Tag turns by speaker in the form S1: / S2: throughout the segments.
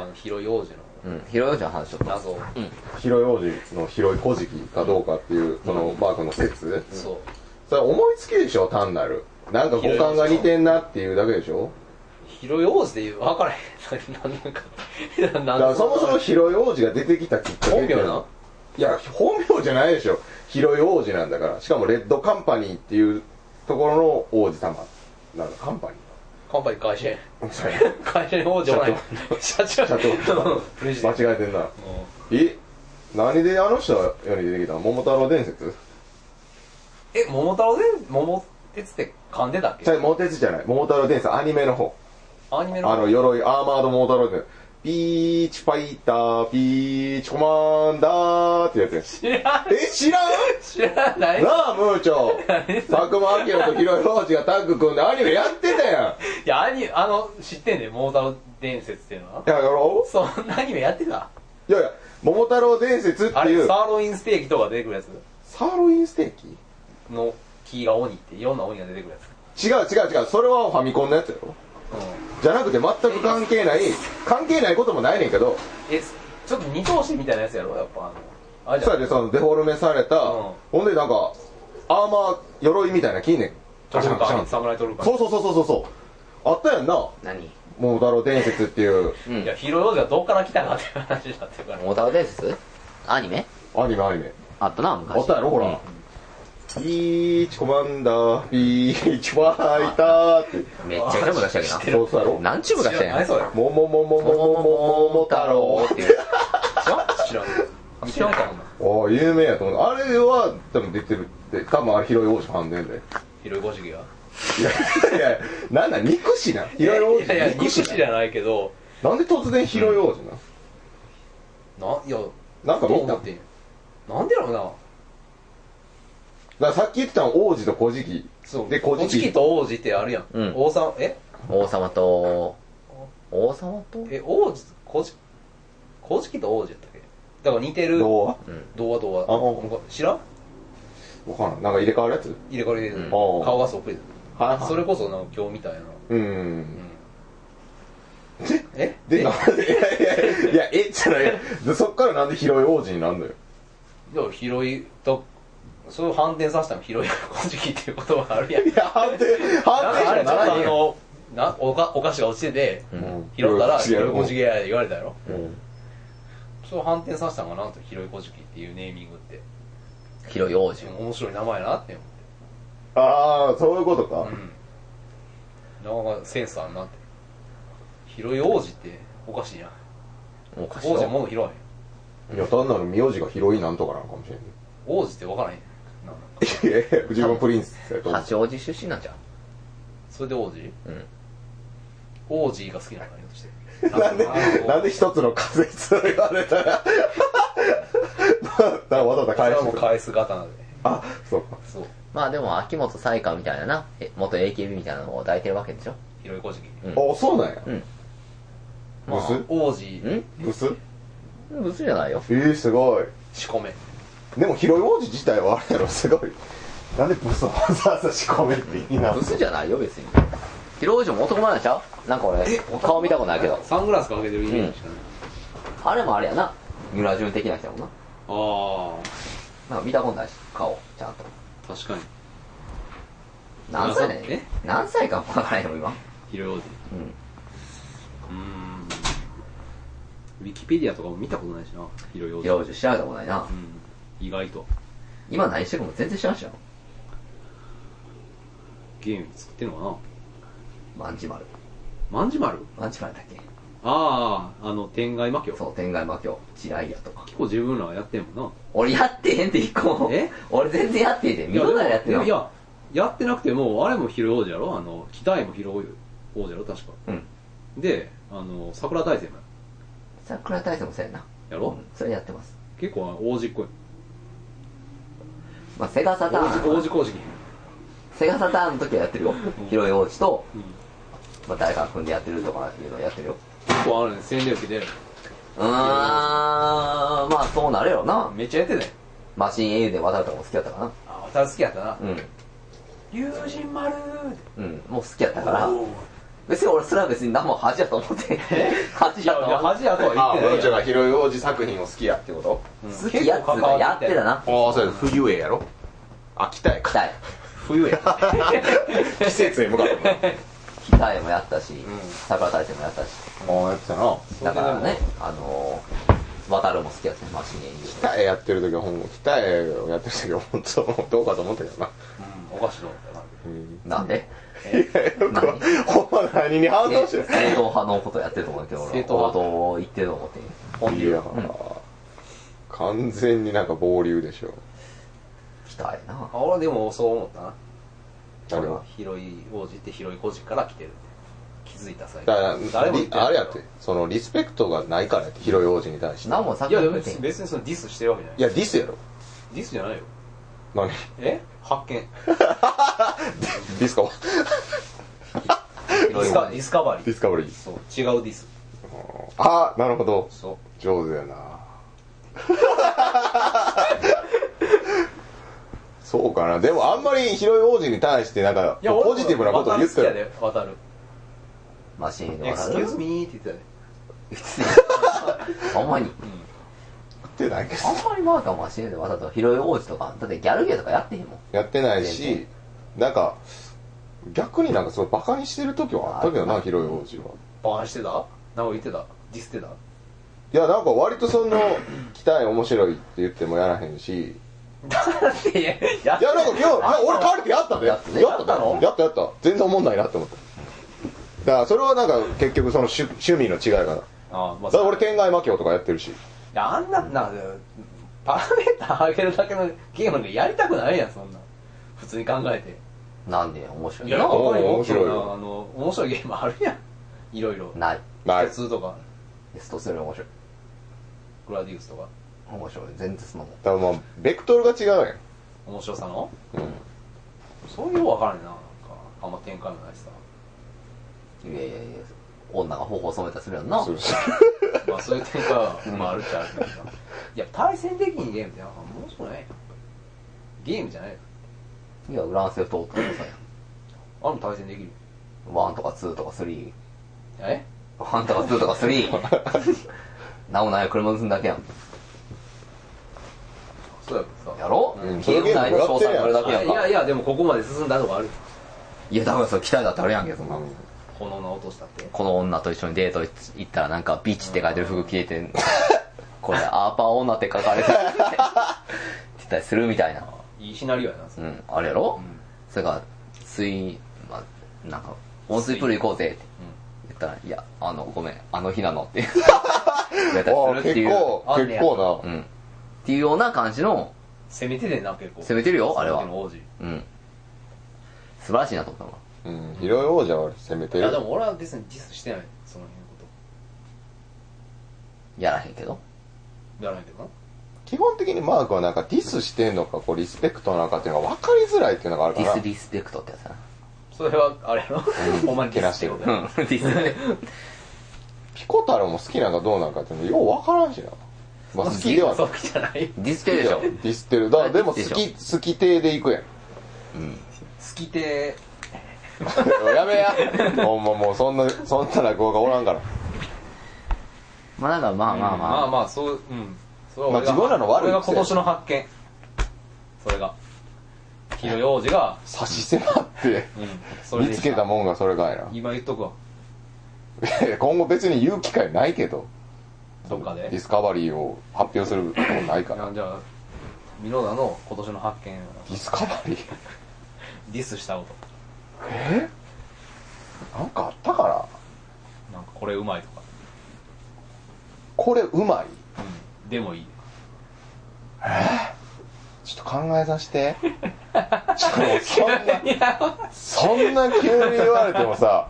S1: の広い王子の
S2: うん、広いじゃん話しとった
S1: 謎、
S2: うん
S3: 広い王子の広い古事記かどうかっていう、そのマークの説。
S1: そう
S3: それ思いつきでしょ、単なる。なんか五感が似てんなっていうだけでしょ
S1: 広い王子で言う分からへんなんなんかなん
S3: だからそもそも広い王子が出てきたきっかけっていうのはい
S1: 本名
S3: や、本名じゃないでしょ。広い王子なんだから。しかもレッドカンパニーっていうところの王子様。なんかカンパニ
S1: カンパニー会社員
S3: ーそれ
S1: 会社員王子おらへん社長
S3: 社長
S1: プレジデ
S3: 間
S1: ント
S3: 違えてんな。
S1: うん
S3: え何であの人世に出てきたの桃太郎伝説
S1: え桃太郎で桃鉄って噛んでたっ
S3: じゃ
S1: け
S3: あ、桃鉄じゃない。桃太郎伝説、アニメの方。
S1: アニメの
S3: あの、鎧、アーマード桃太郎伝説。ピーチファイター、ピーチコマンダーってやつや
S1: 知らん
S3: え、知らん
S1: 知らない
S3: なあ、ムーチョ。佐久間明と広井王子がタッグ組んでアニメやってたや
S1: いやアニあの知ってんね桃太郎伝説っていうのは
S3: ん。いや、やろ
S1: そんなアニメやってた
S3: ういやいや、桃太郎伝説って
S1: あ
S3: い
S1: れ
S3: う、
S1: サーロインステーキとか出てくるやつ
S3: サーロインステーキ
S1: の木が鬼っていろんな鬼が出てくるや
S3: 違う違う違う、それはファミコンのやつやろ
S1: つうん
S3: じゃなくて全く関係ない、関係ないこともないねんけど、
S1: えちょっと二等身みたいなやつやろやっぱあのあれじ
S3: そ
S1: ゃ
S3: うんでそのデフォルメされた、
S1: うん
S3: ほんでなんかアーマー鎧みたいな金ね
S1: トル
S3: ガシャン
S1: カ
S3: ガシャン
S1: 侍トルカ
S3: そうそうそうそうそうそうあったやんな
S2: 何
S3: 桃太郎伝説っていう
S2: う
S1: い
S2: ん
S1: やヒロヨがどっから来たかっていう話になってるから
S2: 桃太郎伝説アニメ
S3: アニメアニメ
S2: あったな昔
S3: あったやろほら、ビーチコマンダービーチファイターって
S2: うんめっちゃくちゃ昔や
S1: 知っ
S2: け
S1: て
S2: ど
S1: る
S3: そうそうやろ
S2: な何チューブがしたんや
S1: 何それ
S3: ももももももももも太郎
S2: っていう
S1: 知らん知らん見てなかったもん
S3: ああ有名やと思うあれは多分出てるって多分あれ広い王子ファンでんで
S1: ヒロヨ五色が
S3: いやいやいやなんなん憎しな広い王子
S1: いやいや
S3: 憎
S1: 肉
S3: し
S1: 子じゃないけど
S3: ななんで突然広い王子な、
S1: ないや
S3: なんか見
S1: どう思
S3: た
S1: ってんなんでやろうな
S3: だからさっき言ってたの王子と古事記。
S1: そう
S3: で、古
S1: 古
S3: 事
S1: 事
S3: 記
S1: 記。と王子ってあるやん、
S2: うん
S1: 王様え
S2: 王様と王様と
S1: え王子古事古事記と王子やったっけだから似てる
S3: どうわ
S1: 童話童話
S3: あほん
S1: なんか知らん
S3: かんない。なんか入れ替わるやつ
S1: 入れ替わりで
S2: うん
S1: 顔がそっくり
S3: は
S1: それこそなんか今日みたいな
S3: う。
S1: うんんえ
S3: で、なんで、いやいやいや、えっじゃないや。でそっからなんで広い王子になんだよ。
S1: でも広いとそれを反転させたの広い古事記っていう言葉があるやん
S3: いや、判定、判定
S1: あれ
S3: し
S1: ちょっ
S3: な
S1: とあ
S3: いよ。
S1: のなおかお菓子が落ちてて
S2: うん
S1: 拾ったら
S3: 違
S1: 広いう古事記や言われたやろ
S2: うん
S1: それを反転させたのがなんと広い古事記っていうネーミングって
S2: 広い王子
S1: 面白い名前やなって思
S3: ああ、そういうことか
S1: う。うんなかなかセンスあるなって広い王子っておかしいな
S2: おかしい
S1: 王
S2: わ
S1: 子は物拾わへん
S3: いや、単なる名字が広いなんとかなのかもし
S1: 王子って分からへんなんなん
S3: れん。いやいや、自分プリンスやと思う。
S2: 八王子出身なんじゃ
S1: それで王子
S2: ううん
S1: 王子が好きなのかねとして
S3: なんで、
S1: な
S3: なんんで一つの仮説を言われたら、 だからわざわざ
S1: それ
S3: 返
S1: はもう
S3: す。
S1: 返す刀で
S3: あ、そうか。
S1: そう
S2: まあでも秋元才加みたいななえ元 AKB みたいなのを抱いてるわけでしょ
S1: 広い古事記
S3: あ、そうなんや。
S2: うん
S3: ブス
S1: 王子
S2: うん
S3: ブス
S2: 嘘じゃないよ
S3: えー、すごい。
S1: 仕込め
S3: でも広い王子自体はあれやろすごいなんでブスをわざわざ仕込めっていいな
S2: 嘘じゃないよ別に広い王子も男前なんちゃうなんか俺顔見たことないけど
S1: サングラスかけてるイメージしかない、
S2: あれもあれやな村淳的な人やもんな
S1: あ
S2: なんか見たことないし顔ちゃんと
S1: あ確かに
S2: 何歳だよ
S1: え
S2: 何歳かもわからんよ今
S1: 広い王子
S2: うん
S1: うーんウィキペディアとかも見たことないしな広い王子
S2: 広い王子調べたことない
S1: う
S2: な
S1: ん意外と
S2: 今何してるかも全然知らんしよ
S1: ゲーム作ってんのかな
S2: 万事丸
S1: 万事丸
S2: 万事丸だっけ
S1: あああの天外魔境
S2: そう天外魔境地雷やとか
S1: 結構自分らはやってんもんな
S2: 俺やってへんって一個も
S1: え
S2: 俺全然やってへんで見
S1: で
S2: 事
S1: も
S2: なやって
S1: で
S2: る
S1: も
S2: よ
S1: いややってなくてもあれも広い王子やろあの北へも広い王子やろ確か
S2: うん
S1: であの桜大戦も
S2: 桜大戦もそうやな
S1: や
S2: う
S1: ろ、
S2: んそれやってます
S1: 結構王子っこい
S2: まあセガサ
S1: 王
S2: タ
S1: 子
S2: ー
S1: 王
S2: ン
S1: 子工事
S2: セガサターンの時はやってるよ広い王子と
S1: うん
S2: まあ誰か組んでやってるとかいうのやってるよ
S1: 結構あるね洗礼受けて
S2: うーんまあそうなるよな
S1: めっちゃやってたよ
S2: マシン英雄で渡るとかも好きだったか
S1: あ渡る好きやったな
S2: なうん
S1: 友人丸
S2: うんもう好きやったから別に俺すら別に何も恥やと思って恥
S1: い
S2: や
S1: や
S2: と
S1: いや
S2: 思っ
S1: 恥やと
S3: あ
S1: は
S3: あ
S1: 言っ
S3: ムー
S1: て
S3: チョ
S1: ない
S3: が広い王子作品を好きやってこと
S2: て好きやつがやってたな
S3: ああそうや冬へやろあ北へか
S2: 北へ
S1: 冬や
S3: 季節へ向かって
S2: 北へもやったし
S1: ん
S2: 桜大戦もやったし
S3: ああやってたな
S2: だからねあのー渡るも好きやったしマシンエンジ
S3: 北へやってる時はほんま北へをやってる時は本当もうどうかと思ったけどな
S1: うんおかしいの
S2: ンなんで
S3: いやよくわほんま 何に反応して
S2: 正
S3: る
S2: 統派のことやってると思うけど俺
S1: 正統
S2: 王
S1: 派
S2: 道を言ってると思って
S1: 本
S3: い
S1: 流
S3: や完全になんか暴流でしょ
S2: 北へな
S1: あ俺でもそう思ったな
S3: 誰が
S1: 広い王子って広い孤児から来てるって気づいた際
S3: だから
S1: 誰も言
S3: リ
S1: てない
S3: あれやってそのリスペクトがないからやって広い王子に対して
S2: 何もさっ
S1: い
S2: き
S1: やで
S2: 言
S1: も
S2: って
S1: 別に別にそのディスしてるわけじゃない
S3: いやディスやろ
S1: ディスじゃないよ
S3: 何デ
S1: え発 見
S3: ィスカバ
S1: ディスカディスカバリ
S3: ディ
S1: ー
S3: スカバリー
S1: そう違うディス
S3: ああなるほど
S1: そう
S3: 上手やな そうかなでもあんまり広い王子に対してなんか
S1: 俺
S3: ポジティブなことを言ってる
S1: 渡る
S2: マシン
S1: 好
S2: エン
S1: きやで
S2: ジ
S1: 渡る
S2: 渡
S1: Excuse
S2: る
S1: me って言ってたね
S2: ほんまに
S3: 言ってないけど
S2: あんまりマーカーマシンエンジわざと広い王子とかだってギャルゲーとかやってへんもん
S3: やってない
S2: 全
S3: しなんか逆になんかすごいバカにしてる時はあったけどな広い王子は
S1: バカにしてたなんか言ってたディスってた
S3: いやなんか割と その「期待面白い」って言ってもやらへんし
S1: いやや
S3: いやなんか今日あ俺帰ってやったで
S2: や
S3: や
S2: っ
S3: ったた
S2: ね
S3: のやったやった全然おもんないなって思っただからそれはなんか結局その趣趣味の違いかなだ
S1: あまあ
S3: から俺天外魔境とかやってるし
S1: いやあんななんかパラメーター上げるだけのゲームなんかやりたくないやんそんなん普通に考えて
S2: なんで面白い
S1: いやなんか他にも
S3: 面白いよ
S1: あの面白いゲームあるやんいろいろ
S2: ない
S3: ない
S1: 鉄とか
S2: ストする面白い
S1: グラディウスとか
S2: 面白い全然そのもん
S3: だからまあベクトルが違うやん
S1: 面白さの
S3: うん
S1: そういうの分からんねんななんかあんま展開もないしさ
S2: いやいやいや女が頬を染めたりするやんな
S3: するする
S1: まあそういう展開は、まあ、あるっちゃあるけどさいや対戦的にゲームってなんか面白くないやんゲームじゃないよ
S2: いやグランセフトオートとかさ
S1: あれも対戦できる
S2: ワンとか2とか3
S1: え
S2: ワンとか2とか3なおない車盗んだけやん
S1: そうやけどさ
S2: やろ、
S3: うん
S2: ゲーム内の詳細これだけやん
S1: い
S2: か
S1: やいやでもここまで進んだとこあるよ
S2: いやだからそれ期待だってあるやんけそんな、
S3: うん
S1: 炎の落としたって
S2: この女と一緒にデート行ったらなんかビーチって書いてる服着れて、 これアーパー女って書かれてるって言ったりするみたいな。
S1: いいシナリオやなそれ
S2: うん、あれやろ、それから、水、まあ、なんか、温水プール行こうぜって言ったら、いや、あの、ごめん、あの日 なのって言った
S3: あ
S2: り
S3: あ
S2: するって
S3: 結
S2: いう。
S3: 構
S1: あんね
S3: 結
S1: や
S3: 構
S2: う。
S3: なん
S2: っていうような感じの、
S1: 攻めててんな結構
S2: 攻めてるよあれ
S1: 攻
S2: は
S1: めての王子
S2: うん。素晴らしいなと思ったわ。
S3: うん広い王者は攻めて
S1: い
S3: る
S1: やでも俺は別にディスしてないその辺のこ
S2: やらへんけど。
S1: とやらないけどな
S3: 基本的にマークはなんかディスしてんのかこうリスペクトなのかっていうのが分かりづらいっていうのがあるか
S2: デ
S3: ら
S2: ィスリスペクトってやつだな。
S1: それはあれやろ ほんまにディスってことや
S2: うん、ディスリスペクト。
S3: ピコ太郎も好きなんかどうなんかっていうのよう分からんしな まあ好きでは
S1: そうじゃない好
S2: ディスペでしょ。
S3: ディスってるだからでも
S2: デ
S3: 好
S2: ィスで
S3: き好き亭で行くやん
S1: き手
S3: やめやほんまもうそんなそんな落語がおらんから
S2: まあだからまあまあまあ。
S1: まあまあそううんそれ
S3: まあ自分らの悪い
S1: 俺が
S3: 癖
S1: 今年の発見それが広い王子が
S3: 差し迫って
S1: うんそれ
S3: 見
S1: でし
S3: つけたもんがそれかいな
S1: 今言っとくわ
S3: いやいや 今後別に言う機会ないけど
S1: どっか
S3: デ
S1: で
S3: ィスカバリーを発表することもないから
S1: じゃあミノダの今年の発見
S3: ディスカバリー
S1: ディスしたこ
S3: えなんかあったかな
S1: となんかこれうまいとか
S3: これうまい
S1: うんでもいい
S3: ちょっと考えさせてちょっともうそん なそんな急に言われてもさ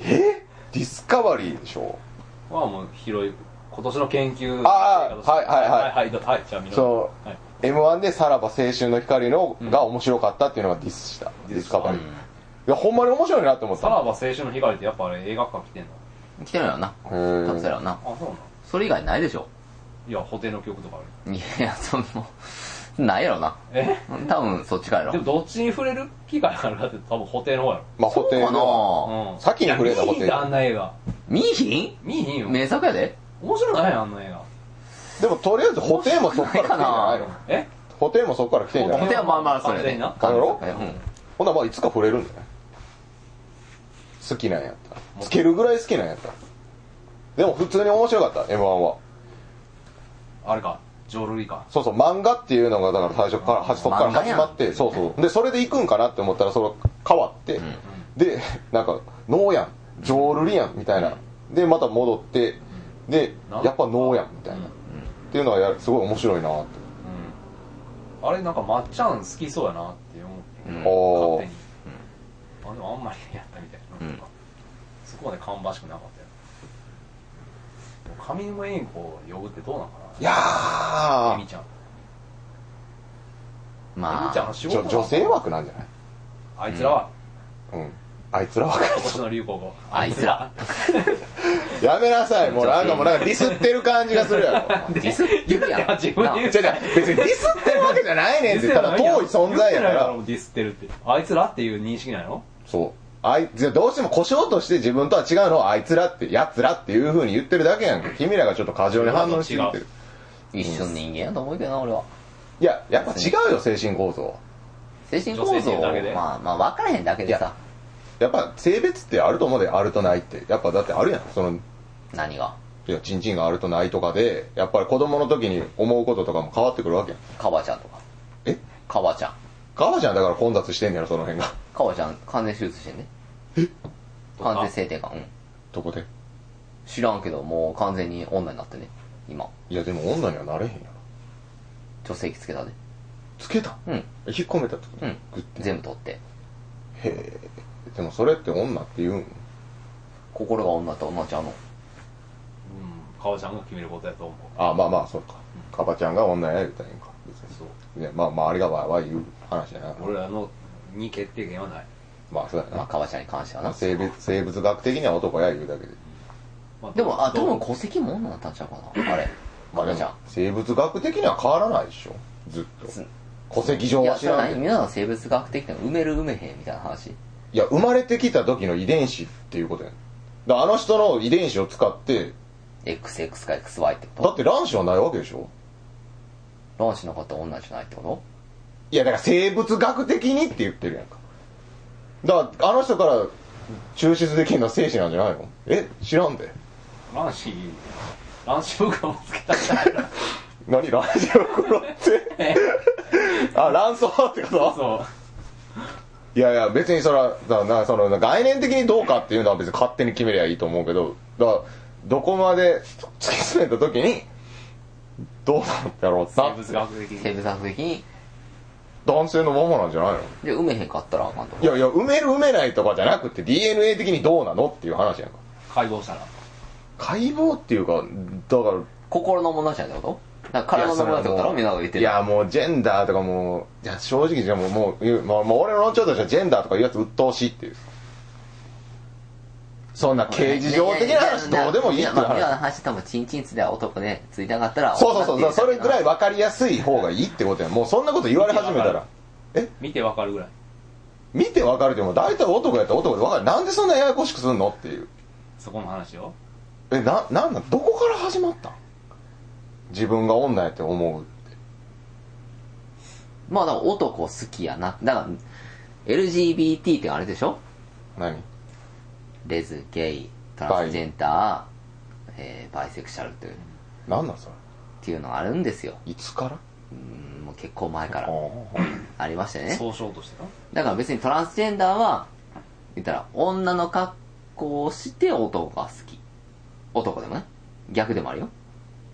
S3: えディスカバリーでしょ
S1: はもう広い今年の研究
S3: あーはいはいはい
S1: はいはいはいじゃあミノダ
S3: そ
S1: はいう
S3: m 1で「さらば青春の光の」
S1: うん
S3: が面白かったっていうのがディスした
S1: デ
S3: デ
S1: ィ
S3: ィ
S1: ス
S3: ス
S1: した
S3: カバリー
S2: う
S3: い
S2: ん
S3: やほんまに面白いなって思っ
S1: さ
S3: た
S1: らば青春の光ってやっぱあれ映画館来てんの
S2: 来てるよな。
S3: へー
S2: たくさんやろな。
S1: あそうなの
S2: それ以外ないでしょ。
S1: いや布袋の曲とかある
S2: いや、その、ないやろな。
S1: え
S2: 多分そっちかやろ
S1: で。もどっちに触れる機会があるかって多分補填の方や
S3: まあ、ホテルでは。
S2: あ
S1: ろ。うん。
S3: 先に触れた
S1: 見
S3: ホ
S1: いひ
S3: テ
S1: ん
S3: ル
S1: ってあんな映画。
S2: あ。見いひ
S1: 見いひんよ
S2: ん。名作やで。
S1: 面白ないやん、あんな映画。
S3: でも、とりあえず、補填もそっから来てんじゃないの
S1: え
S3: 補填もそっから来てんじゃ
S2: 補
S3: ない
S2: 填はまあまあそれ
S1: 完
S2: で
S1: 全にな。
S3: だろ
S2: えうん。
S3: ほな、まあ、いつか触れるんじゃない好きなんやったら。つけるぐらい好きなんやったら。でも、普通に面白かった、M1 は。
S1: あれか、浄瑠璃か。
S3: そうそう、漫画っていうのが、だから最初から、はそっから
S2: 漫画
S3: 始
S2: やん
S3: まって、そうそう。で、それで行くんかなって思ったら、それ変わって、
S2: ん
S3: で、なんか、ノーやん、浄瑠璃やん、みたいな。で、また戻って、で、
S1: な
S3: やっぱノーやん、みたいな。っていうのはや、すごい面白いなって。
S1: うん。あれなんか、まっちゃん好きそうやなって思って。
S2: うん
S3: お
S1: 勝手
S3: ー
S1: に。あ、でもあんまりやったみたいな。
S2: うん
S1: なんかそこまで芳しくなかったよ。上沼恵美子を呼ぶってどうなんか
S3: いや
S1: な
S3: ー
S1: 恵美、ちゃん。恵
S2: ま
S1: 美ちゃん
S2: あ
S1: の、仕
S3: じ
S1: 事
S3: ょ
S1: なの
S3: 女性枠なんじゃない
S1: あいつらは、
S3: うん。あいつら枠。
S1: 今年の流行語。
S2: あいつら。
S3: やめなさい、もうなんかもうなんかディスってる感じがする やろ。
S2: ディスってるやん。
S1: 自分で言
S3: 違う違う、別にディスってるわけじゃないねんって、ただ遠い存在
S1: 言って
S3: やか
S1: ない
S3: ら。
S1: もうディスってるって。あいつらっていう認識なの
S3: そう。あい、じゃあどうしても故障として自分とは違うのをあいつらって、やつらっていう風に言ってるだけやんか。君らがちょっと過剰に反応してきてる。
S2: 一緒の人間やと思うけどな、俺は。
S3: いや、やっぱ違うよ、精神構造。
S2: 精神構
S1: 女性
S2: 造
S1: っていうだけで
S2: まあまあ、分からへんだけで
S3: いや
S2: さ。
S3: やっぱ性別ってあると思うで、あるとないって。やっぱだってあるやん。その、
S2: 何が。
S3: いや、チンチンがあるとないとかで、やっぱり子供の時に思うこととかも変わってくるわけやん。
S2: カバちゃんとか。
S3: え
S2: カバちゃん。
S3: ガバちゃんだから混雑してんねやろ、その辺が。
S2: カバちゃん、完全手術してんね。完全性転換。うん。
S3: どこで
S2: 知らんけど、もう完全に女になってね。今。
S3: いや、でも女にはなれへんやろ。
S2: 女性器つけたで。
S3: つけた
S2: うん。
S3: 引っ込めたってこと
S2: うん
S3: グッ。て。
S2: 全部取って。
S3: へえ。でもそれって女って言うん
S2: 心が女と女ちゃうの。
S1: うん、かおちゃんが決めることやと思う。
S3: あまあまあそうかカバちゃんが女や言うたらいいんか別に
S1: そう。
S3: いやまあ周りがわいわい言う話やな
S1: 俺らの、に決定権はない。
S3: まあそうや
S2: まあ、
S3: な
S2: カバちゃんに関しては
S3: まあ
S2: な。
S3: 生物生物学的には男や言うだけで
S1: ま
S2: でも、あ、多
S1: ど
S2: 分
S1: う
S2: 戸籍も女だったんちゃうかな。あれ。カバちゃん。
S3: 生物学的には変わらないでしょずっと
S2: つ
S3: 戸籍上
S2: い
S3: は
S2: や、
S3: 知
S2: それ
S3: ら
S2: は
S3: ない
S2: 何皆さん生物学的な埋める埋めへんみたいな話。
S3: いや生まれてきた時の遺伝子っていうことやねだからあの人の遺伝子を使って
S2: XX か XY って
S3: だ
S2: こ
S3: って卵子はないわけでしょ
S2: と卵子の方女じゃないってこ
S3: いやだから生物学的にって言ってるやんかだからあの人から抽出できるのは精子なんじゃないのえ知らんで
S1: 卵子、卵子袋もつけたんじゃない の
S3: 何ラジオコロ ってあ卵巣ってこと
S1: そう。
S3: いやいや別にそらだなその概念的にどうかっていうのは別に勝手に決めりゃいいと思うけどだからどこまで 突き詰めた時にどうなんだろう
S1: 生
S3: な
S1: 物学的
S2: と
S1: に。
S2: 生物学的に。
S3: 男性のままなんじゃないの
S2: で、埋めへんかったらあかんと
S3: いやいや埋める埋めないとかじゃなくて DNA 的にどうなのっていう話やんか
S1: 解剖したら。
S3: 解剖っていうかだから
S2: 心の女じゃないってことだから体の女ってことだろみんなが言って
S3: い
S2: る。
S3: やもうジェンダーとかもういや正直じゃもうもう言う、まあ、もう俺の論調としてはジェンダーとかいうやつ鬱陶しいっていうそんな刑事上的な話どうでもいいっていう
S2: まあ、今の
S3: 話
S2: 話多分、チンチンつでは男ね、ついなかったら。
S3: そうそうそうそれぐらい
S2: は。
S3: 分かりやすい方がいいってことやもうそんなこと言われ始めたら
S1: 見てわかるぐらい。
S3: 見て分かるけども大体男やったら男で分かるなんでそんなややこしくすんのっていう
S1: そこの話を。
S3: えななんなんどこから始まったん自分が女やって思うって
S2: まあ、だから男好きやな。だから、LGBT ってあれでしょ
S3: 何
S2: レズ、ゲイ、トランスジェンダー、えーバイセクシャルという、っ
S3: なんなんそれ
S2: ていうのがあるんですよ。
S3: いつから
S2: うんもう結構前から
S3: ああ
S2: ありましてね。
S1: 総称としての。
S2: だから別にトランスジェンダーは、言ったら、女の格好をして男が好き。男でもね。逆でもあるよ。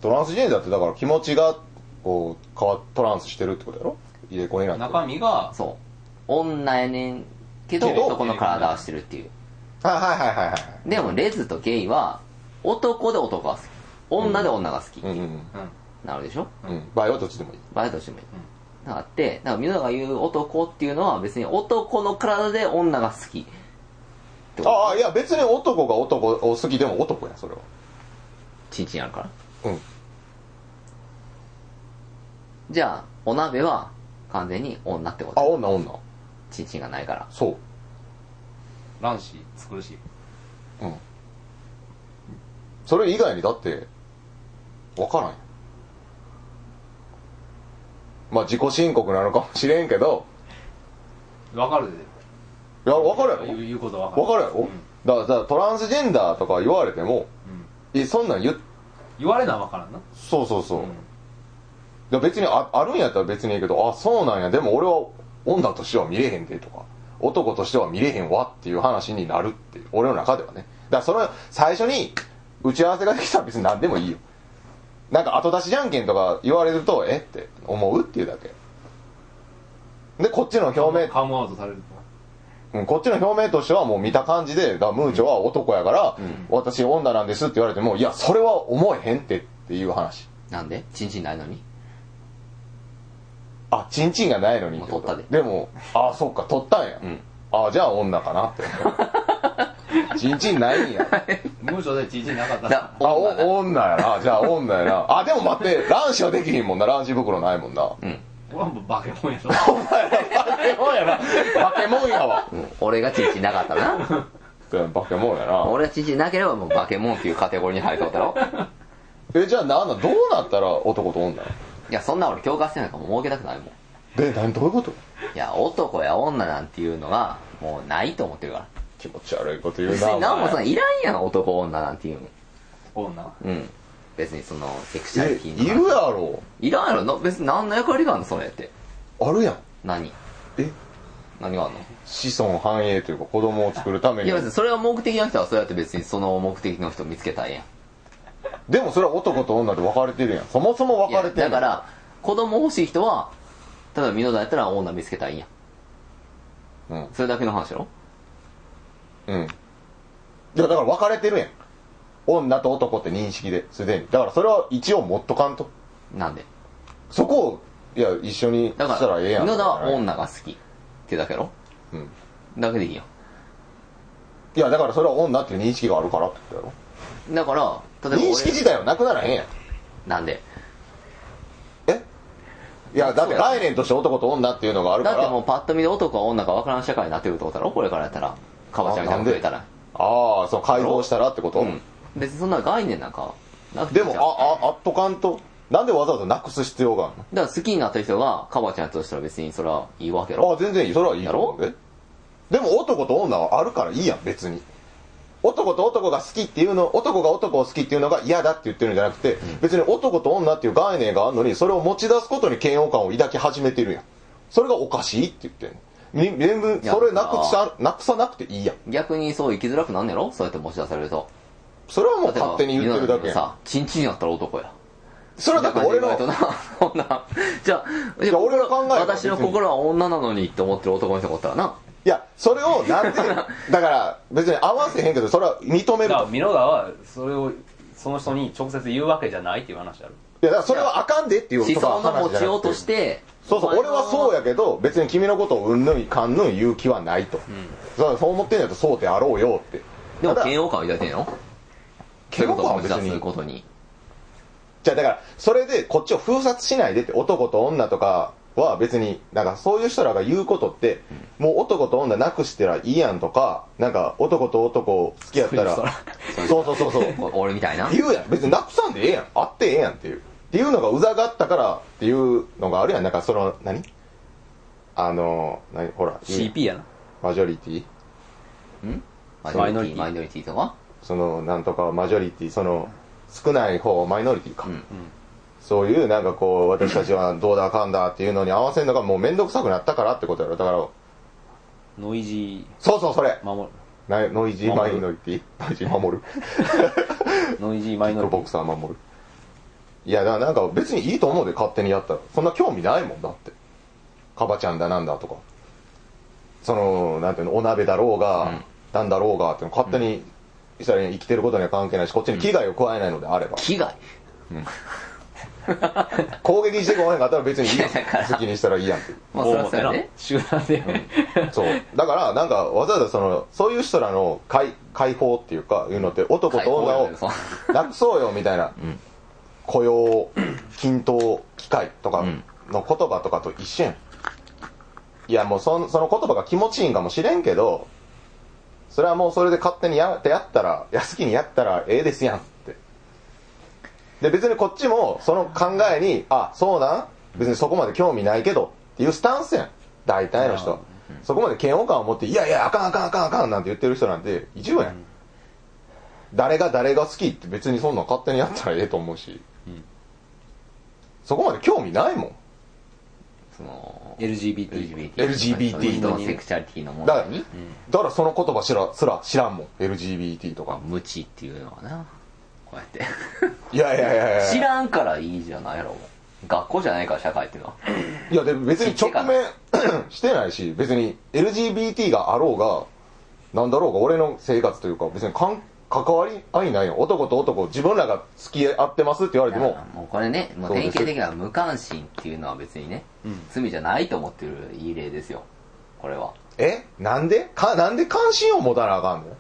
S3: トランスジェンダーってだから気持ちがこう変わトランスしてるってことやろ入れ子になってる
S1: 中身が、
S2: そう。女やねんけど、
S3: けど
S2: 男の体をしてるっていう。
S3: はいはいはいはいはい
S2: でも、レズとゲイは、男で男が好き。女で女が好き。
S3: うんうん
S1: うん。
S2: なるでしょ
S3: うんうん場合はどっちでもいい
S2: バイトしてもいい。だからあって、だからみんなが言う男っていうのは別に男の体で女が好きってこと。
S3: ああいや別に男が男を好きでも男やそれは
S2: チンチンあるから。
S3: うん
S2: じゃあ、お鍋は完全に女ってこ
S3: あ
S2: と。
S3: 女女
S2: チンチンがないから。
S3: そ
S1: 卵子作るし
S3: ううんそれ以外にだって分からんよまあ自己申告なのかもしれんけど
S1: わかるで
S3: いや分かるや
S1: 言う言うことはわか
S3: ろ
S1: る
S3: 分かるやろ、だからだからトランスジェンダーとか言われて
S1: う
S3: も
S1: んうん
S3: えそんなん言っ
S1: 言われなわからんな
S3: そうそうそう、
S1: うん
S3: いや別にああるんやったら別にいいけどあそうなんやでも俺は女としては見れへんでとか男としては見れへんわっていう話になるっていう俺の中ではねだからその最初に打ち合わせができたら別に何でもいいよなんか後出しじゃんけんとか言われるとえって思うっていうだけでこっちの表明
S1: カムアウトされる
S3: うんこっちの表明としてはもう見た感じで、だからムーチョは男やから、私女なんですって言われても、いや、それは思えへんってっていう話。
S2: なんでチンチンないのに
S3: あ、チンチンがないのにってこと
S2: もう取った
S3: でも、あ、そっか、取ったんや。
S2: うん
S3: あ、じゃあ女かな って。チンチンないんや。
S1: とムーチョでチンチンなかった
S2: だ
S1: ら
S3: あ、お
S2: 女だ
S3: 女やな。じゃあ女やな。あ、でも待って、卵子はできひんもんな。卵子袋ないもんな。
S2: うん。
S1: これはもうバケモンや ろ
S3: バケモンやな。バケモンやわ。
S2: うん俺がチンチンなかったらな。
S3: バケモンやな。
S2: 俺がチンチンなければもうバケモンっていうカテゴリーに入るってことだろ。
S3: え、じゃあなんだ、どうなったら男と女なの
S2: いや、そんな俺共感してないからもう儲けたくないもん。
S3: で、なんどういうこと
S2: いや、男や女なんていうのが、もうないと思ってるから。
S3: 気持ち悪いこと言う
S2: 別
S3: な。
S2: に何も
S3: お
S2: そ
S3: 前
S2: んいらんやん、男女なんていうの。
S1: 女
S2: うん。別にその、セクシャ
S3: え
S2: リティ
S3: い
S2: の。
S3: るやろ
S2: いらんやろな。別に何の役割があんの、それって。
S3: あるやん
S2: 何
S3: え
S2: 何があんの
S3: 子孫繁栄というか子供を作るため
S2: い
S3: に
S2: や別にそれは目的な人はそれだって別にその目的の人見つけたらええやん
S3: でもそれは男と女で分かれてるやんそもそも
S2: い
S3: 分
S2: や
S3: かれて
S2: だ
S3: る
S2: から子供欲しい人は例えばミノダやったら女見つけたらいいやん
S3: うん
S2: それだけの話やろ
S3: うんいやだから分かれてるやん女と男って認識ですでにだからそれは一応持っとかんと
S2: なんで
S3: そこをいや一緒にし
S2: だ
S3: た
S2: から
S3: ええやん
S2: ミノダは女が好きってだけやろ
S3: うん
S2: だけでいいや
S3: いやだからそれは女っていう認識があるからってことやろ
S2: んだから例えば俺
S3: 認識自体はなくならへんやん
S2: なんで
S3: えいやだって概念として男と女っていうのがあるか
S2: だ
S3: ら
S2: ってもうパッと見で男か女か分からん社会になってるってことだろこれからやったらカバちゃんみたいなこと言えたら
S3: ああそう解放したらってこと、
S2: うん別にそんな概念なんかなくてい
S3: で
S2: いじゃ
S3: も
S2: ん、
S3: あ、あ、あっとかんと。なんでわざわざなくす必要がある
S2: だから好きになった人がカバちゃんやとしたら別にそれはいいわけやろ
S3: のあ、全然いい。それはいい
S2: やろ
S3: えでも男と女はあるからいいやん、別に。男と男が好きっていうの、男が男を好きっていうのが嫌だって言ってるんじゃなくて、別に男と女っていう概念があるのに、それを持ち出すことに嫌悪感を抱き始めてるやん。それがおかしいって言ってんのみ全部、
S2: いや
S3: それなくさ、なくさなくていいやん。
S2: 逆にそう生きづらくなんねやろそうやって持ち出されると。
S3: それはもう勝手に言ってるだけ
S2: 例えば
S3: やん。
S2: さ、チンチンやったら男や。
S3: それはだって俺の、
S2: そんな感じで言われたなそんなじゃあ、
S3: いや俺の考えは
S2: 私の心は女なのにって思ってる男の人がおったらな。
S3: いや、それをなんで、 だから別に合わせへんけど、それは認めると
S1: だからミノダはそれをその人に直接言うわけじゃないっていう話ある
S3: いや、だからそれはあかんでっていう
S2: 思
S3: と
S2: 想
S3: か
S2: の
S3: 話じ
S2: 持
S3: ゃ
S2: ちよ
S3: な
S2: うと
S3: く。
S2: してて、
S3: そうそう、俺はそう
S2: や。
S3: やけど、別に君のことをうんぬんかんぬん言う気はないと。そうそう思ってんやったらそうであろうよって。
S2: でも
S3: ただ
S2: 嫌悪感を抱いてんやろ
S3: 嫌悪感は
S2: そういう
S3: 別
S2: ことを持ち出す
S3: に。
S2: ことに。
S3: じゃあだから、それでこっちを封殺しないでって、男と女とかは別に、なんかそういう人らが言うことって、もう男と女なくしてらいいやんとか、なんか男と男付き合ったら、そうそうそうそう。
S2: こ俺みたいな。
S3: 言うやん別になくさんでええやんあってええやんっていうっていうのがうざがったからっていうのがあるやんなんかその何あの何ほら言うやん
S1: CP やな
S3: マジョリティ
S2: んマ
S1: マ
S2: イ
S1: イ
S2: ノ
S1: ノ
S2: リ
S1: リテ
S2: ティ、
S1: ィ
S2: マイノリティとか
S3: そのなんとかマジョリティその少ない方マイノリティか、
S2: ん
S3: そういうなんかこう私たちはどうだあかんだっていうのに合わせるのがもう面倒くさくなったからってことやろだから
S1: ノイジ
S3: そうそうそれ
S1: ー守
S3: なノイジーマ
S1: 守る
S3: イノリティノイジー守
S1: る
S3: る
S1: ノイジーマイノリテ
S3: ボクサー守るいやだからなんか別にいいと思うで勝手にやったらそんな興味ないもんだってカバちゃんだなんだとかそのなんていうのお鍋だろうが、
S2: うん
S3: なんだろうがって勝手に、イサリに生きてることには関係ないしこっちに危害を加えないのであれば、
S2: 危害
S3: 攻撃してこないかったら別にいいやん
S2: いやだから
S3: 好きにしたらいいやんっていう
S2: まあそれはそうやね。
S1: 集団で、
S3: そうだからなんかわざわざそのそういう人らの解解放っていうかいうのって男と女を
S2: 解放やね
S3: なくそうよみたいな、雇用均等機会とか、
S2: うん
S3: の言葉とかと一緒やん。いや、もうそのその言葉が気持ちいいんかもしれんけど、それはもうそれで勝手にやってやったら、や好きにやったらええですやんって。で、別にこっちもその考えに、あ、そうなん別にそこまで興味ないけどっていうスタンスやん。大体の
S1: うん
S3: 人。そこまで嫌悪感を持って、いやいや、あかんあかんあかんあかんなんて言ってる人なんて一部やん。誰が誰が好きって別にそんなん勝手にやったらええと思うし。
S1: うん
S3: そこまで興味ないもん。
S2: その
S1: LGBT
S3: LGBT
S2: のセクシャリティの問
S3: だから
S2: 題に、
S3: だからその言葉知らすら知らんもん。LGBT と
S2: まあ
S3: か。
S2: 無知っていうのはなこうやって
S3: いやいやいやいや。
S2: 知らんからいいじゃないやろ学校じゃないから社会っていうのはい
S3: や、でも別に直面してないし、別に LGBT があろうが、なんだろうが、俺の生活というか、別にかん関わり合いないよ。男と男、自分らが付き合ってますって言われて
S2: い
S3: も
S2: や、もうこれねもう
S3: そうです
S2: 典型的な無関心っていうのは別にね、罪じゃないと思ってるいい例ですよこれは
S3: えなんでか、なんで関心を持たなあかんの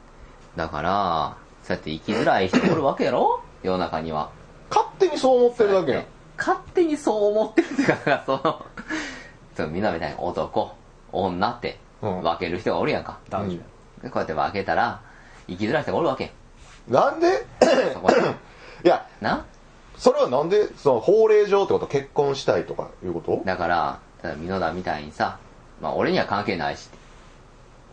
S2: だからそうやって生きづらい人おるわけやろ 世の中には
S3: 勝手にそう思ってるだけやん。
S2: 勝手にそう思ってるっていうかそのそのみんなみたいに男女って
S3: うん
S2: 分ける人がおるやんか、
S1: 男女
S3: うん
S2: でこうやって分けたら生きづらい人がおるわけ
S3: なんで
S2: そ こに
S3: いや、
S2: な
S3: それはなんで、その法令上ってこと結婚したいとかいうこと
S2: だからただ美濃田みたいにさ、まあ、俺には関係ないしって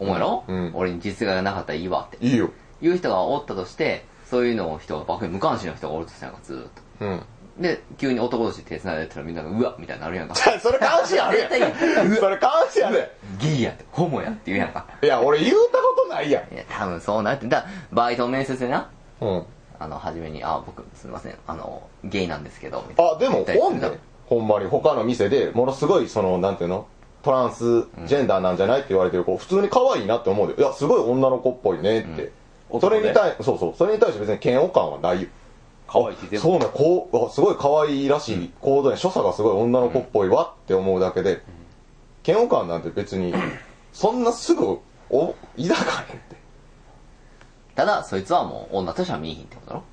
S2: 思うやろ、
S3: うんうん
S2: 俺に実害がなかったらいいわって
S3: いいよ。
S2: いう人がおったとしてそういうのを人がばっかり無関心の人がおるとしたらずーっと
S3: うん。
S2: で急に男同士で手繋いでたらみんながうわみたいになるやん か
S3: それ関心あるや
S2: 絶対
S3: ん。それ関心あるやん。
S2: ゲイやってホモやって言うやんか
S3: いや、俺言うたことないやん。
S2: いや多分そうなってだバイトの面接でな
S3: うん。
S2: あの初めに「あ僕すみませんあのゲイなんですけど」みたいな
S3: あ、で
S2: 言
S3: も、
S2: ったり
S3: お
S2: す
S3: ん
S2: るな
S3: で、ほんまに、他の店で、ものすごい、その、なんていうのトランスジェンダーなんじゃないって言われてる子、普通に可愛いなって思うで、いや、すごい女の子っぽいねって。
S1: うん
S3: それに対、そうそう、それに対して別に嫌悪感はないよ。
S1: 可愛いって全部
S3: そうね、こう、あすごい可愛いらしい行動や、所作がすごい女の子っぽいわって思うだけで、嫌悪感なんて別に、そんなすぐ、お、抱かれんって。
S2: ただそいつはもう女としては見えひんってことだろ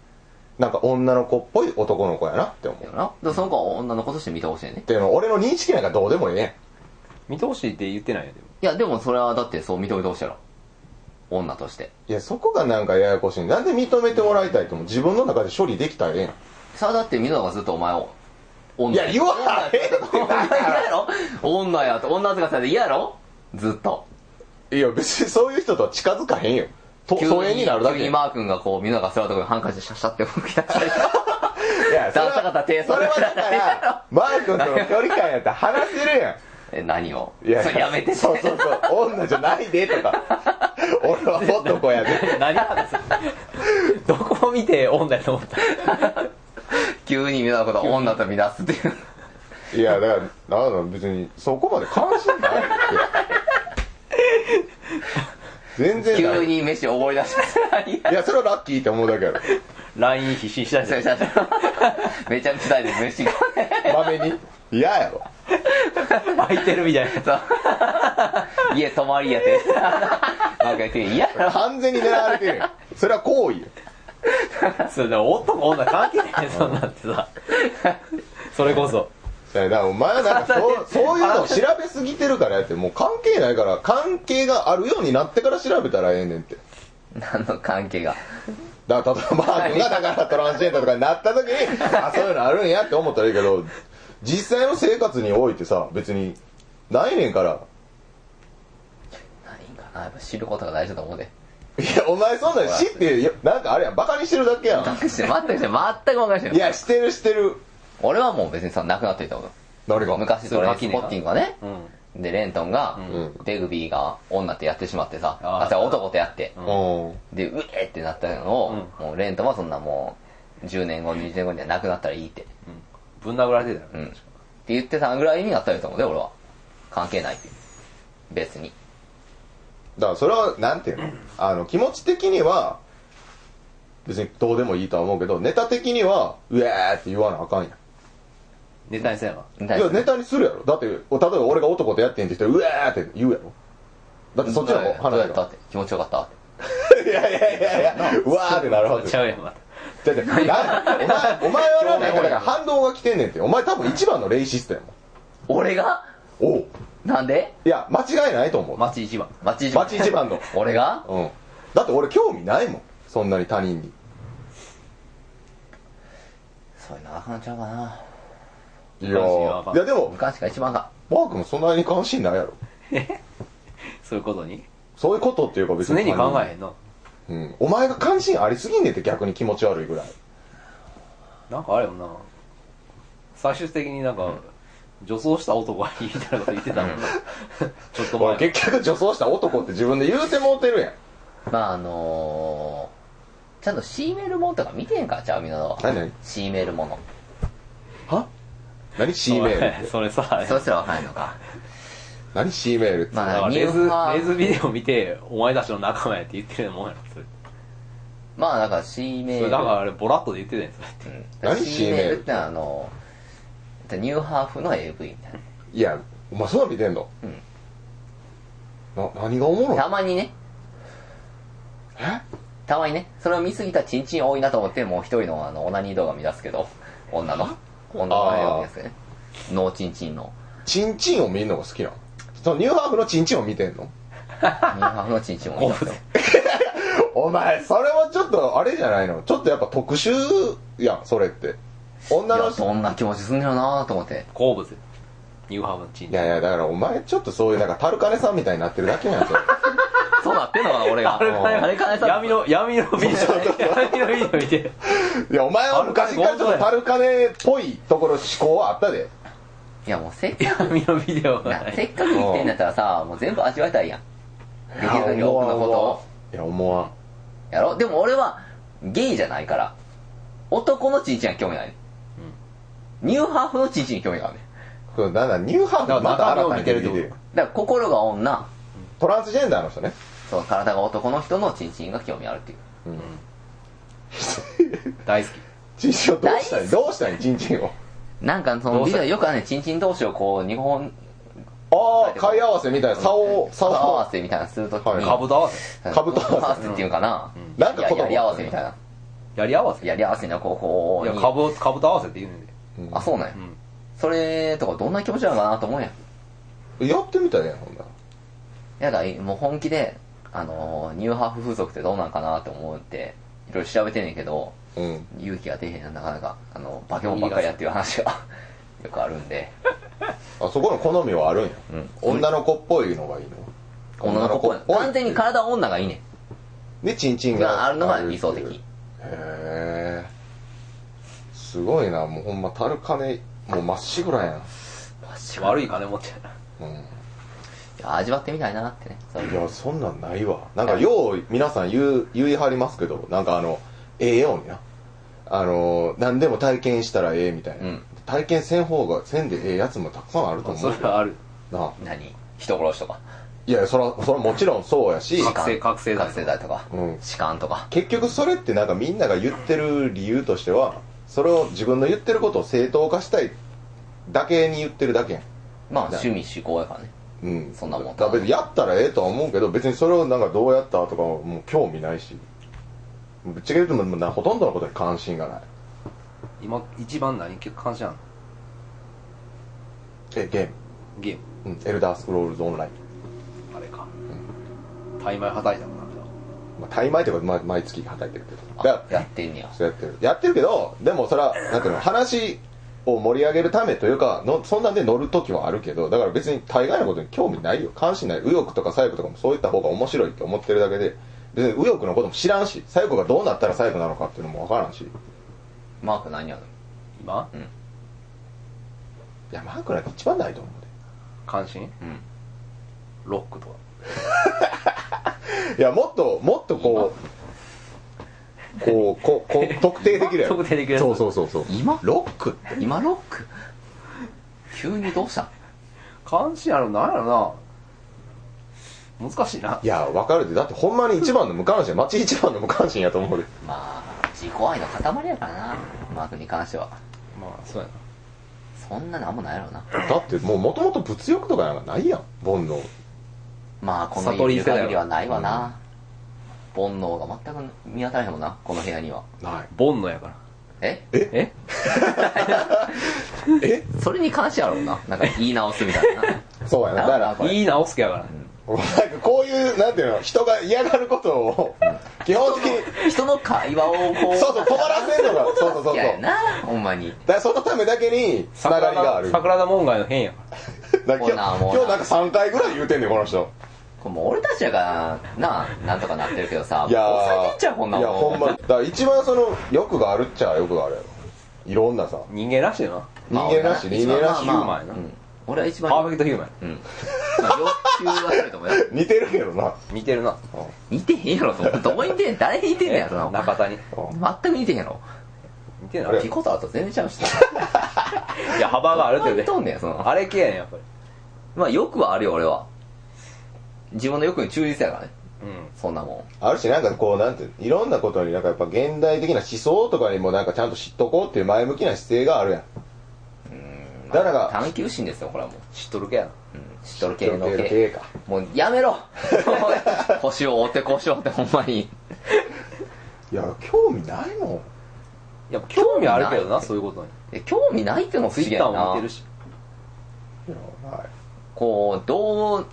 S3: なんか女の子っぽい男の子やなって思う。
S2: だ
S3: っ
S2: よなだからその子は女の子として見てほしいねんね
S3: ていうの、俺の認識なんかどうでもいいねん。
S1: 見てほしいって言ってないよでも
S2: いや、でもそれはだってそう認めてほしいやろ。女として。
S3: いや、そこがなんかややこしい。なんで認めてもらいたいと思う自分の中で処理できたらええや
S2: さあだってみんながずっとお前を、
S3: ん。
S2: 女
S3: いや、言わへんって
S2: 女やろ 女やと、女扱いされて嫌やろずっと。
S3: いや、別にそういう人とは近づかへんよ。と、疎遠になるだけ。
S2: 急にマー君がこう、みんなが座るところにハンカチでシャッシャって動 き出したり。
S3: いや、それは
S2: ダンサ方手
S3: それはだか、
S2: それはだから
S3: マー君との距離感やったら話せるやん。
S2: え、何を
S3: いや
S2: それやめて
S3: そうそうそう女じゃないで とか俺は男やで
S1: 何話すどこを見て女やと思った
S2: 急にみんなのことを女と見出すっていう。
S3: いやだからなんだろう別にそこまで関心ないって全然な
S2: 急
S3: いい
S2: に飯を覚え出した り。
S3: やそれはラッキーって思うだけやろ
S1: LINE 必死にしたい
S2: それ
S1: です
S2: シャッシャめちゃめちゃ大事飯が。
S3: まめに嫌やろ
S1: 空いてるみたいな
S2: そう。 家泊まりやって。 なんか言って、嫌やろ
S3: 完全に狙われてるやんそれは行為よ
S1: それでも男女関係ないそんなんってさそれこそ
S3: だからお前はなんか そうそういうのを調べすぎてるからやってもう関係ないから関係があるようになってから調べたらええねんって
S2: 何の関係が。
S3: だから例えばマー君がだからトランスジェンダーとかになった時にあそういうのあるんやって思ったらいいけど実際の生活においてさ別にないねんから
S2: ないんかな。やっぱ知ることが大事だと思うで。
S3: いやお前そんなん知っていやなんかあれやんバカにしてるだけや
S2: 全
S3: ん
S2: くして、全くして、全く分かりません
S3: いやしてるしてる
S2: 俺はもう別にその亡くなっていたこ
S3: 誰
S2: と。
S3: が
S2: 昔それ、スポッティングがね
S1: う、ん
S2: で、レントンが
S3: ん、
S2: デグビーが女ってやってしまってさ、
S1: あー
S2: あ、じゃあ男とやって、
S3: うん
S2: で、うえってなったのを、もうレントンはそんなもう、10年後、20年後には亡くなったらいいって、
S1: ぶん殴られてた
S2: う
S1: よ
S2: ん。って言ってたぐらいになったらいいと思うで、俺は。関係ないって。別に。
S3: だからそれはなんていうのあの気持ち的には別にどうでもいいとは思うけどネタ的にはうえーって言わなあかんやん
S1: ネタにせやない
S3: や、ネタにするやろ。だって、例えば俺が男とやってんって人、うわーって言うやろ。だってそっちの方
S2: どう
S3: 話
S2: や
S3: や
S2: った
S3: ろ
S2: っ。て。気持ちよかったって。
S3: いやいやいやいや、うわーってなるはず。
S1: ちゃうやんまた
S3: だってなお前、お前はなんだよ、だから反動が来てんねんって。お前多分一番のレイシストやもん。
S2: 俺が
S3: おう
S2: なんで
S3: いや間違いないと思う
S2: 町一番。町一番。
S3: 町一番の
S2: 俺が
S3: うんだって俺興味ないもんそんなに他人に
S2: そういうのあかんちゃうかな。
S3: い
S1: 関心はわかん
S3: いやでも
S2: 昔が一番か。
S3: マー君そんなに関心ないやろ
S1: そういうことに
S3: そういうことっていうか別
S1: 常
S3: に
S1: に考えへんの
S3: え、うん、お前が関心ありすぎんねんって逆に気持ち悪いぐらい
S1: なんかあれよな最終的になんか、女装した男がいいみたいなこと言ってたもんなちょっと
S3: 俺
S1: 前
S3: 結局女装した男って自分で言うてもうてるやん
S2: まああのー、ちゃんと C メールもんとか見てへんからちゃうみんなの。
S3: 何何
S2: C メールもの。
S3: は何 C メ ール
S1: それさ
S2: そしたらわかんないのか。
S3: 何 C メールって、
S2: まあ
S1: だから
S2: ニ
S1: レ
S2: ュー
S1: ズ
S2: ファー
S1: レズビデオ見てお前たちの仲間やって言ってるもんやろそれ
S2: まあだから C メ
S1: それ
S2: ール。
S1: だからあれボラッとで言ってたやんそれって
S2: うん
S3: 何
S2: C メールってのはあのニューハーフの AV みたいない
S3: やお前そんなん見てんの、な何がおもろい
S2: たまにね
S3: え
S2: たまにねそれを見すぎたチンチン多いなと思ってもう一人のあのオナニー動画見出すけど女の女の AV ですけどねノーチンチンの
S3: チンチンを見るのが好きなのそのニューハーフのチンチンを見てんの
S2: ニューハーフのチンチンも見ます よ
S3: お前それはちょっとあれじゃないのちょっとやっぱ特殊やんそれって
S2: い
S3: 女の
S2: や
S3: 人
S2: そんな気持ちすんだよなと思って
S1: 好物ニューハーブのチン
S3: いやいやだからお前ちょっとそういうなんかタルカネさんみたいになってるだけなんですよ
S2: そうなってんのかな俺が
S1: あれかね
S2: あれかねさん
S1: 闇の闇のビデオ闇のビデオ見て
S3: いやお前は昔からちょっとタルカネっぽいところ思考はあったで
S2: いやもうせっか
S1: 闇のビデオ
S2: くい
S1: が
S2: やせっかく生きてんだったらさもう全部味わいたいやんできるだけ多くのことを
S3: いや思わん
S2: やろでも俺はゲイじゃないから、男のチンチンは興味ない。ニューハーフのチンチンに興味があるね。
S3: これなんだニューハーフまた新たに出てきてる
S2: だから心が女、
S3: トランスジェンダーの人ね
S2: そう体が男の人のチンチンが興味あるっていう。
S1: 大好き
S3: チンチンをどうしたいどうしたいチンチンを
S2: なんかそ
S1: ど
S2: の
S1: うし
S2: ビ
S1: た
S2: デオよくあるね、チンチン同士をこう、日本、
S3: ああ貝合わせみたいな竿を
S2: 顔
S3: 竿
S2: 合わ
S3: を
S2: せみたいなのするとき
S3: は
S2: に、
S3: い
S1: かぶと合わせ
S2: か
S3: 兜
S2: ぶと
S3: 合わせ
S2: 合わせっていうかな。
S3: んなんか
S2: いや
S3: 言葉
S2: やり合わせみたいな。
S1: やり合わせい
S2: やり合わせのこう、こう
S1: や、かぶかぶと合わせって言うねんで
S2: あ、そうなんや
S1: う。ん
S2: それとかどんな気持ちなのかなと思うやん。
S3: やってみたねほんなら
S2: いやだからもう本気で、あのーニューハーフ風俗ってどうなんかなって思って、いろいろ調べてんねんけど、
S3: うん
S2: 勇気が出へんやんなかなか、あの、化け物ばっかりやっていう話 がよくあるん で、
S3: あそこの好みはあるんや、女の子っぽいのがいいの
S2: 女の子っぽい。完全に体女がいいね
S3: でチンチン
S2: ん。が
S3: が
S2: あるのが理想的。
S3: へえすごいなもうほんまタルカネもうまっしぐらやん、
S1: 悪い金持って
S3: うん
S2: いや味わってみたいなってね。そう
S3: いやそんなんないわなんかよう皆さん言う言い張りますけどなんかあのええようになあの何でも体験したらええみたいな、
S2: うん
S3: 体験せん方がせんでええやつもたくさんあると思
S1: そうれはある
S3: なあ
S2: 何人殺しとか、
S3: いやそらそらもちろんそうやし、
S1: 覚醒覚醒剤
S2: 覚醒剤とか、
S3: うん、
S2: 痴漢とか。
S3: 結局それってなんかみんなが言ってる理由としてはそれを自分の言ってることを正当化したいだけに言ってるだけやん
S2: まあ趣味嗜好やからね。
S3: うん、
S2: そんなもん
S3: だ別にやったらええとは思うけど別にそれをなんかどうやったとかはもう興味ないしぶっちゃけ言うともうなほとんどのことに関心がない
S1: 今一番何感謝なの
S3: えゲー
S1: ゲーム
S3: ム、うん、エルダースクロールズオンライン、
S1: あれかタイマイはたいたもんなんだ
S3: まあ、タイマイというか、ま、毎月働いてるけどだ
S2: あ
S3: か、ら
S2: やってんねや。
S3: そうやってるやってるけどでもそれはなんていうの話を盛り上げるためというかのそんなんで乗る時はあるけどだから別に大概のことに興味ないよ関心ない右翼とか左翼とかもそういった方が面白いって思ってるだけで別に右翼のことも知らんし左翼がどうなったら左翼なのかっていうのも分からんし
S2: マーク何やる
S1: 今
S3: いや、マークなんて一番ないと思
S1: 関心
S2: うん。
S1: ロックとか
S3: うで。いや、もっと、もっとこう、こう、こう、こう、特定できるやろ。
S1: 特定できるやつ
S3: そうそうそうそう。
S2: 今
S3: ロックって。
S2: 今ロック急にどうしたん
S1: 関心あるの何やろな難しいない
S3: や、わかるで。だってほんまに一番の無関心、街一番の無関心やと思うで。
S2: まあ、自己愛の塊やからな、マークに関しては。
S1: まあそうやな
S2: そんななんもないやろうな。
S3: だってもう元々物欲とかなんかないやん、煩悩。
S2: まあ、この
S1: 悟り
S2: 家にいる
S1: 世代は
S2: 限りはないわな。煩悩が全く見当たらへんもんな、この部屋には。
S3: ない。
S1: 煩悩やから
S2: え
S1: え
S3: え
S2: それに関してやろうな。なんか言い直すみたいな。
S3: そうやな。だから、
S2: これ
S1: いい直すけやからね。
S3: なんかこういう、なんていうの、人が嫌がることを、基本的に、
S2: 人の会話をこう。
S3: そうそう、止まらせんのが、そうそうそうそう。
S2: 嫌や
S3: だか
S2: な、ほんまに。
S3: らそのためだけに、つながりがある。だか
S1: 桜田門外の変やから。
S3: ら今
S2: こ
S3: 日、
S2: んなんも
S3: 今
S2: う
S3: 日なんか3回ぐらい言うてんねん、この人。
S2: これもう俺たちやから、なあ、なんとかなってるけどさ、
S3: いやー
S2: 抑えてっちゃう、こんないもん。
S3: や、ほんま、だから一番その、欲があるっちゃ欲があるやろ。いろんなさ、
S1: 人間らしいよ
S3: 人間らしい、
S2: まあ
S3: 人間らしい。
S1: まあまあヒューマンやな
S2: うん俺は一
S1: な。パ
S2: 番、
S1: ーフェ
S2: う
S1: クトヒューマンや。
S2: ん。まあ、要求はすると思うよ。
S3: 似てるけどな。
S1: 似てるな。
S2: 似てへんやろと思って、どこに似てん誰に似てんねや、その。
S1: 中田に。
S2: 全く似てへんやろ。
S1: 似てる
S3: あれ
S1: な。
S2: 自己とあと全然ちゃうし。
S1: いや、幅があるって
S2: 似
S1: ね
S2: とんねん、その。
S1: あれ系やねん、やっぱり。
S2: まあ、欲はあるよ、俺は。自分の欲に忠実やからね。
S1: うん。
S2: そんなも
S3: あるし、なんかこう、なんていうの、いろんなことになんかやっぱ現代的な思想とかにもなんかちゃんと知っとこうっていう前向きな姿勢があるやん。
S2: ん。
S3: だから
S2: 探求心ですよ、これはもう。
S1: 知っとる系やな。
S2: うん知っとる系の
S3: 知っとる
S2: 系。
S3: 系か。
S2: もう、やめろ 腰を折ってこうしようって、ほんまに。
S3: いや、興味ないもん。
S1: いや、興味あるけどな、そういうことに。
S2: え興味ないってのも不
S1: ツイ
S2: 思議
S1: ッ
S2: や
S1: タ
S2: な。
S1: ーも見てるし。
S3: いやない
S2: こう、どう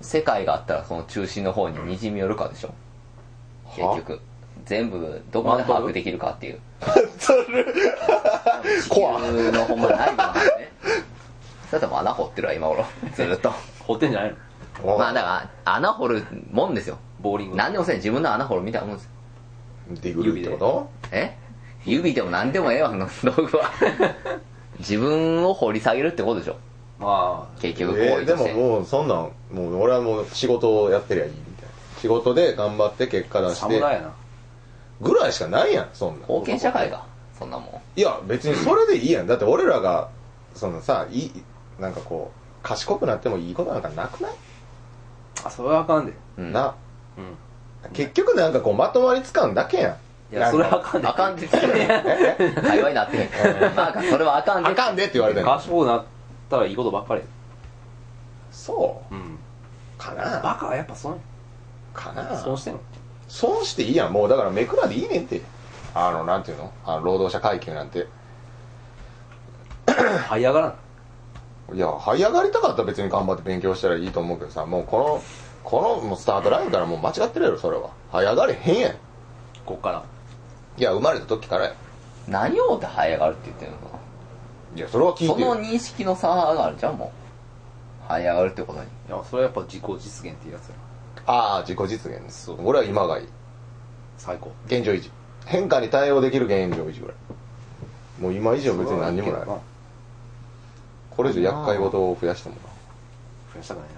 S2: 世界があったらその中心の方に滲み寄るかでしょ。
S3: は
S2: 結局。全部、どこまで把握できるかっていう。地球
S3: 怖
S2: のほんま内部 なんでね。それとも穴掘ってるわ、今頃。ずっと。
S1: 掘ってんじゃないの
S2: まあだから、穴掘るもんですよ。
S1: ボーリング。
S2: 何でもせん、自分の穴掘るみたいなもんですよ。
S3: ディグルってこと
S2: え指でも何でもええわ、あ の道具は。自分を掘り下げるってことでしょ。
S1: まあ、
S2: 結
S3: え
S2: 局、行
S3: ー
S2: 為
S3: で
S2: とし
S3: も
S2: て。
S3: もうそんなんもう俺はもう仕事をやってりゃいいみたいな仕事で頑張って結果出して
S1: 侍やな。
S3: ぐらいしかないやんそんなん
S2: 貢献社会が、そんなもん。
S3: いや別にそれでいいやんだって俺らがそのさいいなんかこう賢くなってもいいことなんかなくない、
S1: あ、それはあかんで。
S2: うん
S3: な
S1: うん。
S3: 結局なんかこうまとまりつかんだけやん
S1: いや、それはあ
S3: あ
S1: かんで。
S2: あかん ですよ。
S3: え え
S2: 会話になってへん。なんかそれはあかんで。
S3: あかんでって言われてんの
S1: 賢くなったらいいことばっかり。
S3: そう
S1: うん。
S3: か
S1: バ
S3: な
S1: カはやっぱ損
S3: か
S1: や。
S3: な
S1: 損してんの。
S3: 損していいやんもうだからめくらでいいねんってあのなんていうのあの労働者階級なんて
S1: 這い上がらん。
S3: いや、這い上がりたかったら別に頑張って勉強したらいいと思うけどさ、もうこの、このもうスタートラインからもう間違ってるやろ、それは。這い上がれへんやん。
S1: こっから。
S3: いや、生まれた時からや。
S2: 何をって這い上がるって言ってるのか
S3: いや、それは聞い
S2: そ
S3: て
S2: の
S3: る。
S2: 認識の差があるじゃん、もう。這い上がるってことに。
S1: いや、それはやっぱ自己実現っていうやつやな。
S3: ああ、自己実現です。俺は今がいい。
S1: 最高。
S3: 現状維持。変化に対応できる現状維持ぐらい。もう今以上別に何にもない。これ以上厄介事を増やしてもな。
S1: 増やしたくない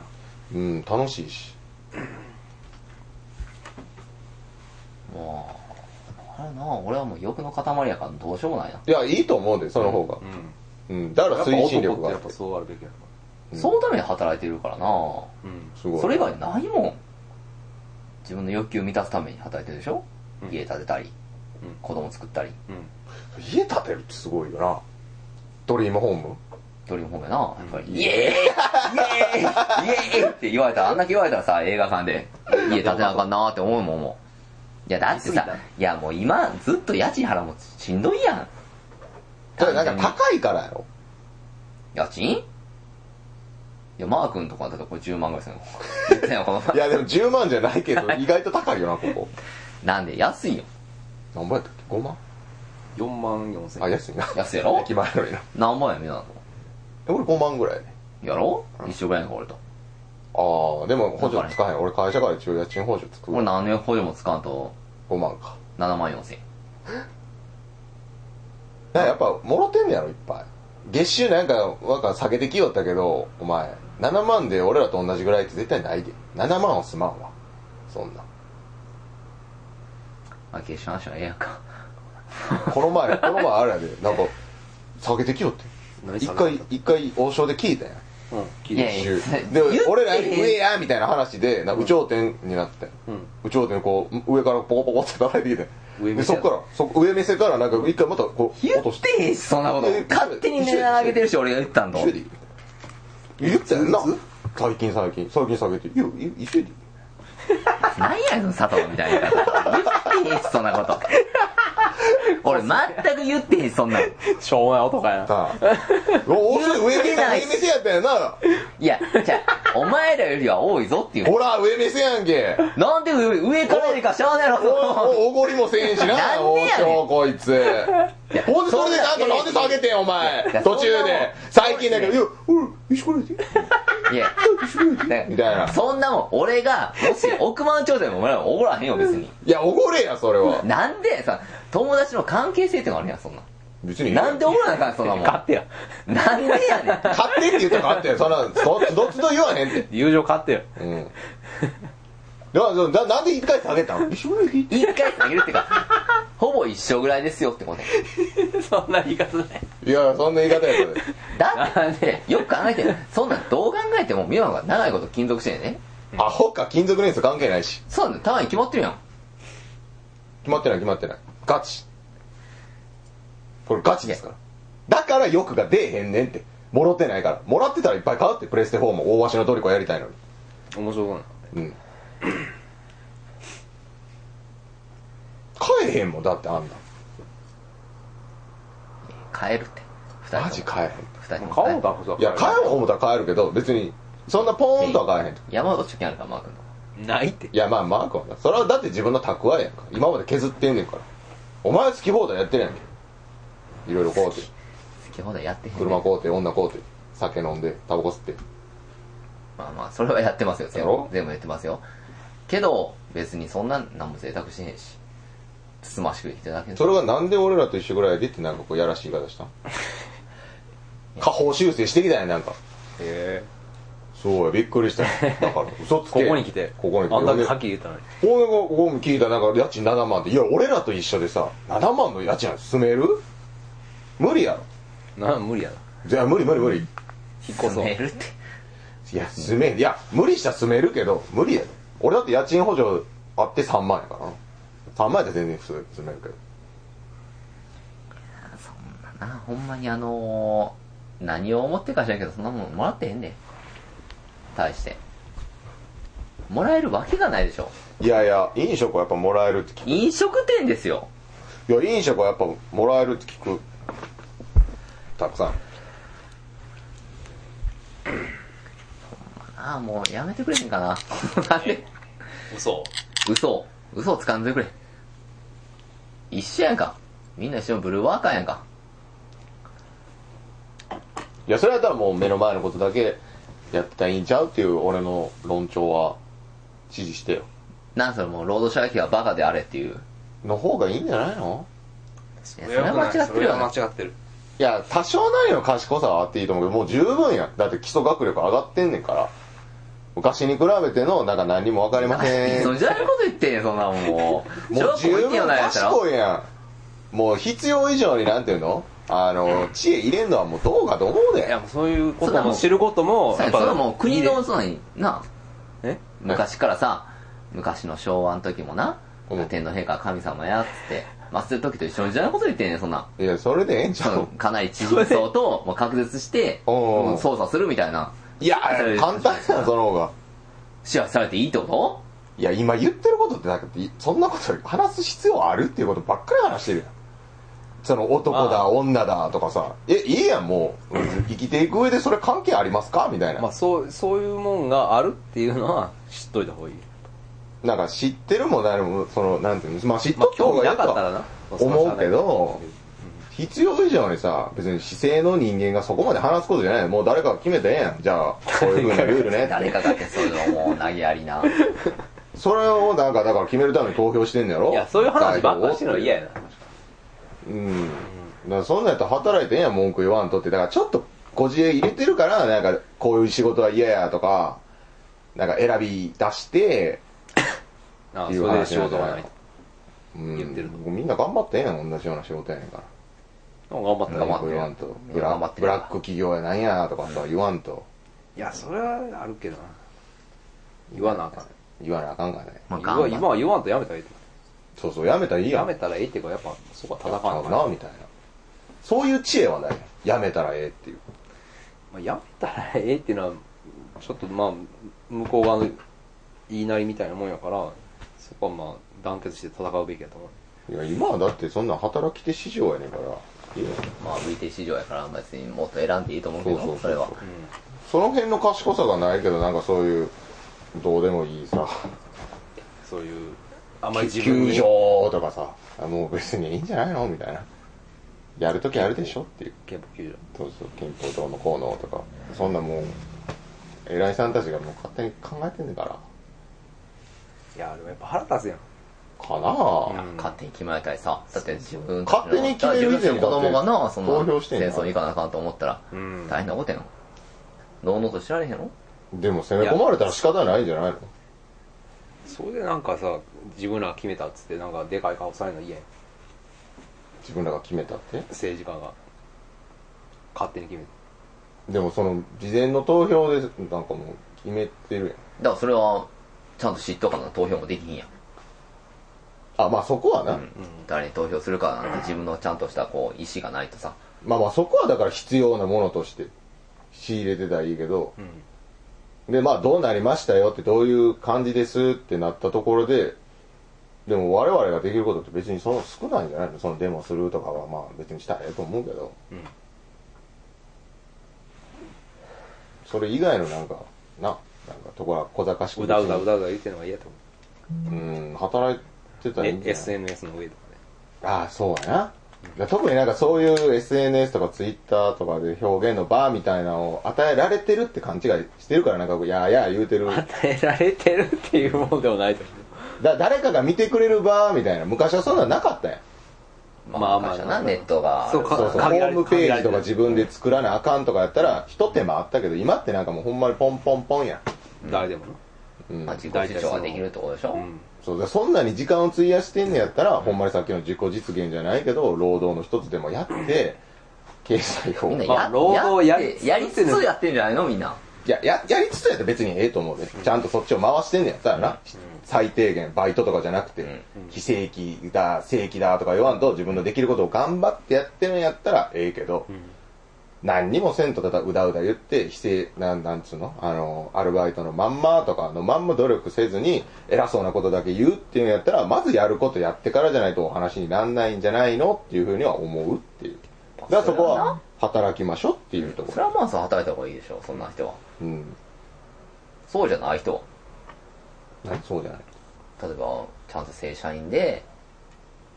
S1: な。
S3: うん、楽しいし。
S2: もう、あれな、俺はもう欲の塊やからどうしようもないな。
S3: いや、いいと思うで、その方が
S1: う。ん。
S3: うん、だから推進力があ
S1: や
S3: っ
S1: っぱ男ってやっぱ
S3: て。
S1: そうあるべきやと思
S3: うん
S2: そのために働いてるからな。
S1: う。うん。
S3: すごい。
S2: それ以外ないもん。自分の欲求を満たすために働いてるでしょ
S1: うん
S2: 家建てたり
S1: うん、
S2: 子供作ったり。
S1: うん。
S3: 家建てるってすごいよな。ドリームホーム
S2: ドリームホームやな、やっぱり。
S1: うん
S2: イエーイイエーイイエーイって言われたら、あんだけ言われたらさ、映画館で、家建てなあかんなーって思うもん、もう。いや、だって
S1: 言い
S2: さ
S1: 過ぎた、
S2: いや、もう今、ずっと家賃払うもんしんどいやん。
S3: それなんか高いからやろ。
S2: 家賃いや、マー君とかだとこれ10万ぐらいするの。言ってたよこの
S3: いやでも10万じゃないけど、意外と高いよな、ここ。
S2: なんで、安いよ。
S3: 何本やったっけ ?5 万
S1: 4万4千
S3: あ、安いな。
S2: 安いやろ
S3: 駅前のにな。
S2: 何本や、みんなのとこ。
S3: え俺5万ぐらいやね。
S2: やろ一緒ぐらいの俺と。
S3: ああ、でも補助使えへん。俺会社から一応家賃補助つく。
S2: 俺何年補助もつかんと、
S3: 5万か。
S2: 7万4千。
S3: なんかやっぱ、もろてんねやろ、いっぱい。月収なんか、わか下げてきよったけど、お前、7万で俺らと同じぐらいって絶対ないで。7万はすまんわ。そんな。
S2: まあ、決勝話はええやんか。
S3: この前、この前あれやで、なんか、下げてきよって。
S1: 何
S3: 一
S1: 下げた
S3: 回、一回王将で聞いたやん。
S1: うん。聞い
S2: いや
S1: て
S2: いや
S3: 週で
S2: 言ってへん
S3: 俺らより上やみたいな話でな有頂天になって
S1: うん
S3: 有頂天こう上からポコポコって叩いてきて
S1: 上
S3: で
S1: 目線
S3: そっからそ上目線からなんか一回またこう
S2: 言
S3: 落
S2: って
S3: として
S2: へんし、そんなこと
S3: え。
S2: 勝手に値段上げてるし、俺が言ったんだ。
S3: 急いで言ったやんな最近最近最近下げて「いやい急いで
S2: 何やねん、佐藤みたいな。言ってへんし、そんなこと。俺全く言ってへん、そんなん。
S1: しょうもない男やな。
S3: さあ。お、お上
S2: 言うて
S3: 店
S2: な
S3: や、
S2: い
S3: 上店やった よな。
S2: いや、じゃあお前らよりは多いぞっていう。
S3: ほら、上店やんけ。
S2: なんで上、上からよりかしゃあない
S3: お
S2: ろ。
S3: おおごりもせんし
S2: なんでや
S3: な、
S2: ねん
S3: おょうこいつ。ほんで、それでなんか、なんで下げてん、お前
S2: いや。
S3: 途
S2: そ
S3: 中
S2: んなもん
S3: で。最近だけど、いや、うん、一緒にやって
S2: いや、
S3: みたいな。
S2: そんなもん、俺が、もし億万長者でもお前らおごらへんよ、別に。
S3: いや、おごれや、それは。
S2: なんでさ、友達の関係性ってのがあるやん、そんなん。
S3: 別に。
S2: なんでおごらなあかん、そんなもん。
S1: 勝手や。
S2: なんでやねん。
S3: 勝手って言ったら勝手や。そんな、ど、どっちと言わへんって。
S1: 友情勝手や。
S3: うん。だだだなんで一回下げたの一緒にやって
S2: 一回下げるってか、ほぼ一緒ぐらいですよってこと
S1: そんな言い方ない。
S3: いや、そんな言い方や、それ。
S2: だって、よく考えて、そんなんどう考えても、美和が長いこと勤続してんねんね。
S3: アホか、金属レンズ関係ないし。
S2: そうなんだ、たまに決まってるやん。
S3: 決まってない、決まってない。ガチ。これガチですから。だから欲が出えへんねんって。もろてないから。もらってたらいっぱい買うって、プレステ4も大鷲のトリコやりたいのに。
S1: 面白くない。
S3: うん。買えへんもん、だってあん
S2: 帰るって。二人とも
S3: なん。マジ買えへん。
S2: 二人とも
S1: 買おうだ、ふざ
S3: いや、買えよう思ったら買えるけど、別に、そんなポーンとは買えへんと。
S2: 山本貯金あるから、マー君の。
S1: ないって。
S3: いや、まあ、マークはな。それはだって自分の蓄えやんか。今まで削ってんねんから。お前は好き放題やってるやんけ。いろいろこうて。
S2: 好き放題やってへん、ねん。
S3: 車買うて、女買うて、酒飲んで、タバコ吸って。
S2: まあまあ、それはやってますよ、全
S3: や
S2: 部
S3: ろ。
S2: 全部やってますよ。けど、別にそんなん、なんも贅沢してへんし。つつましく生きてるだけ
S3: それがなんで俺らと一緒ぐらいでってなんかこうやらしい言い方 したん下方修正してきたやん、なんか。
S1: へ
S3: そうや、びっくりしたよ。だから、嘘つ
S1: こ
S3: け。
S1: こに来て。
S3: ここに来て。
S1: あんだけ
S3: 俺
S1: さっき言ったのに。
S3: 俺がここに聞いたなんか家賃7万って、いや、俺らと一緒でさ、7万の家賃住める無理やろ。
S1: な、無理やな。
S3: じゃあ無理無理無理。
S1: 引っ越そ
S2: 住
S1: う
S2: め。るって。
S3: いや、住めん。いや、無理したら住めるけど、無理やで。俺だって家賃補助あって3万やからな。3万やったら全然普通に住めるけど。
S2: そんなな、ほんまにあのー、何を思ってるか知らんけど、そんなもんもらってへんねん。対して。もらえるわけがないでしょ。
S3: いやいや、飲食はやっぱもらえるって聞
S2: 飲食店ですよ。
S3: く。いや、飲食はやっぱもらえるって聞く。たくさん。
S2: ああ、もうやめてくれへんか な。 なんで
S1: 嘘
S2: 嘘を、嘘をつかんでくれ。一緒やんか。みんな一緒のブルーワーカーやんか。
S3: いや、それやったらもう目の前のことだけやってたらいいんちゃうっていう俺の論調は支持してよ。
S2: なんそれもう労働者ががバカであれっていう。
S3: の方がいいんじゃないの
S2: いやそれは間違ってるよな。
S1: それは間違ってる。
S3: いや、多少なりの賢さはあっていいと思うけど、もう十分やん。だって基礎学力上がってんねんから。昔に比べての、なんか何にもわかりません。
S2: そんじゃないこと言ってんそんなもんもう。
S3: もう
S2: 小
S3: 十
S2: 学校行ってんよ
S3: 分
S2: なやつやろ
S3: 賢いやん。もう必要以上になんていうのあの、知恵入れんのはもうどうかと思う
S1: い
S3: で
S1: や、。もうそういうこ
S2: そ
S1: と
S2: れはも
S1: も
S2: う
S1: 知ることも、
S2: そ
S1: や
S2: れ
S1: っぱ。
S2: はもう国
S1: いい
S2: の
S1: ね。
S2: そのにな
S1: え
S2: 昔からさ昔の昭和の時もな
S3: うん
S2: 天皇陛下は神様やっつって祭る時と一緒にじゃないこと言ってんねんそんない
S3: や、それでええんちゃ
S2: その
S3: う
S2: かなり知人層ともう隔絶して
S3: おう
S2: うん操作するみたいない
S3: や
S2: それ、
S3: 簡単やん、その方が。
S2: 支配されていいってこ
S3: いや、今言ってることってなんか、いそんなこと話す必要あるっていうことばっかり話してるやん。その男
S1: ま
S3: だ、
S1: あ
S3: 女だとかさ、え、いいやん、もう、生きていく上でそれ関係ありますかみたいな。
S1: まあ、そう、そういうもんがあるっていうのは知っといた方がいい。
S3: なんか知ってるも何も、その、なんていうの、まあ知っ
S1: まあ
S3: と、った
S1: 興
S3: 方
S1: 味
S3: がい
S1: ないか
S3: と
S1: ったら
S3: は
S1: な。
S3: 思うけど
S1: うん、
S3: 必要以上にさ、別に姿勢の人間がそこまで話すことじゃないもう誰かが決めてええやん。じゃあ、こういう風なルールね
S2: と誰かがってそういうのもう投げやりな
S3: それをなんか、だから決めるために投票してんのやろ
S1: いや、そういう話ばっかりしてるの嫌
S3: や。
S1: やな。
S3: うん。だからそんなんやったら働いてんやん、文句言わんとって。だからちょっと、ご自営入れてるから、なんか、こういう仕事は嫌やとか、なんか選び出して、
S1: あ
S3: っていう
S1: それで
S3: 話
S1: 仕
S3: なんじ
S1: 事
S3: ゃ
S1: が
S3: な
S1: ないい。
S3: うん
S1: 言ってる
S3: みんな頑張ってんやん、同じような仕事やねんから。
S1: なんか頑張った
S2: 頑張
S1: な
S2: ってる
S3: 言わんとブラ
S2: 頑張ってる
S3: ブラック企業やなんやとかさ言わんと
S1: いや、それはあるけどな。言わなあかん。
S3: 言わなあかんからね
S2: まあ
S1: 言わ
S2: 頑
S1: 今
S2: 張っ
S1: は言わんとやめたらいいと。
S3: そうそうやめたらいいや
S1: や
S3: ん
S1: めたらええっていうか、やっぱ、そこは戦わ
S3: や
S1: な
S3: め
S1: あか
S3: た
S1: ん
S3: らなみたいなそういう知恵はないやめたらええっていう
S1: まあ、やめたらええっていうのは、ちょっとまあ、向こう側の言いなりみたいなもんやから、そこはまあ、団結して戦うべきやと思う。
S3: いや今はだってそんなん働き手市場やねんからいいよ
S2: まあ、VT 市場やから別にもっと選んでいいと思うけ
S3: そう
S2: ど、
S3: そう
S2: そうれは。
S3: その辺の賢さがないけどなんかそういうどうでもいいさ
S1: そういうあんまり自分
S3: 球
S1: に
S3: 場とかさあもう別にいいんじゃないのみたいなやるときやるでしょっていう
S1: 憲法球
S3: そうそう憲法どうのこうのとかそんなもう偉いさんたちがもう勝手に考えてんねんから
S1: 場いやでもやっぱ腹立つやん
S3: かなあ、
S1: うん
S2: 勝手に決められたりさ、だって自分たちの
S3: 勝手に決める以前
S2: 自分たちの子供が
S3: だっ
S2: な、
S3: て
S2: そん
S3: 投票
S2: な
S3: して
S2: 戦
S3: んや
S2: 争に行かなあかんと思ったら、
S1: うん
S2: 大変なことやん。どうのと知られへんの
S3: でも攻め込まれたら仕方ないんじゃないの
S1: それでなんかさ自分ら決めたっつってなんかでかい顔されるの嫌やん
S3: 自分らが決めたって
S1: 政治家が勝手に決めて
S3: でもその事前の投票でなんかもう決めてるやん
S2: だからそれは、ちゃんと知っとかな投票もできひんやん。
S3: あまあそこはな、
S2: 誰に投票するかなんて自分のちゃんとしたこう意思がないとさ、
S3: まあまあそこはだから必要なものとして仕入れてたらいいけど、でまあどうなりましたよってどういう感じですってなったところででも我々ができることって別にその少ないんじゃないのそのデモするとかはまあ別にしたらええと思うけど、
S1: うん
S3: それ以外のなんかななんかところは小賢しく
S1: うだうだうだうだ言ってるのが嫌と思
S3: うん働いてた
S1: う
S3: らいい
S1: え
S3: んじゃない
S1: SNS の上とかね
S3: ああ、そうやな。だ特になんかそういう SNS とか Twitter とかで表現のバーみたいなのを与えられてるって勘違いしてるからなんかこうやーやー言うてる。
S1: 与えられてるっていうものではないと思
S3: だ誰かが見てくれるバーみたいな。昔はそんなんなかったやん。
S1: ま
S2: ま
S1: あ
S2: あ
S1: まあ
S2: まあな、ネットがある
S1: そう
S2: か
S1: か
S2: そ
S3: そううそう。ホ
S1: 限られ
S3: ー
S1: て
S3: ムページ
S1: 限
S3: と
S1: られて
S3: か
S1: る
S3: 自分で作らなあかんとかやったら、ひと手間あったけど、今ってなんかもうほんまにポンポンポンや
S1: う誰でもな
S3: うん
S2: まあ、。自己主張ができるってことでしょ、
S1: うん
S3: そうだそんなに時間を費やしてんねやったら、ほんまにさっきの自己実現じゃないけど、労働の一つでもやって、経済を。
S2: みんなや,、
S3: まあ
S1: まあ労働や
S2: やっ
S1: り
S2: てやりつつやってんじゃないのみんな。
S3: いや、や、やりつつやったら別にええと思うで。ちゃんとそっちを回してんねやったらな。最低限、バイトとかじゃなくて、非正規だ、正規だとか言わんと、自分のできることを頑張ってやってるんやったらええけど、何にもせんとただうだうだ言って、非正、なん、なんつうのあの、アルバイトのまんまとかのまんま努力せずに、偉そうなことだけ言うっていうんやったら、まずやることやってからじゃないとお話になんないんじゃないのっていうふうには思うっていう。だからそこは、働きましょうっていうとこ
S2: それ
S3: ろ。
S2: はまあそう働いた方がいいでしょ、そんな人は。
S3: うん。
S2: そうじゃない人は。
S3: 何そうじゃない。
S2: 例えば、ちゃんと正社員で、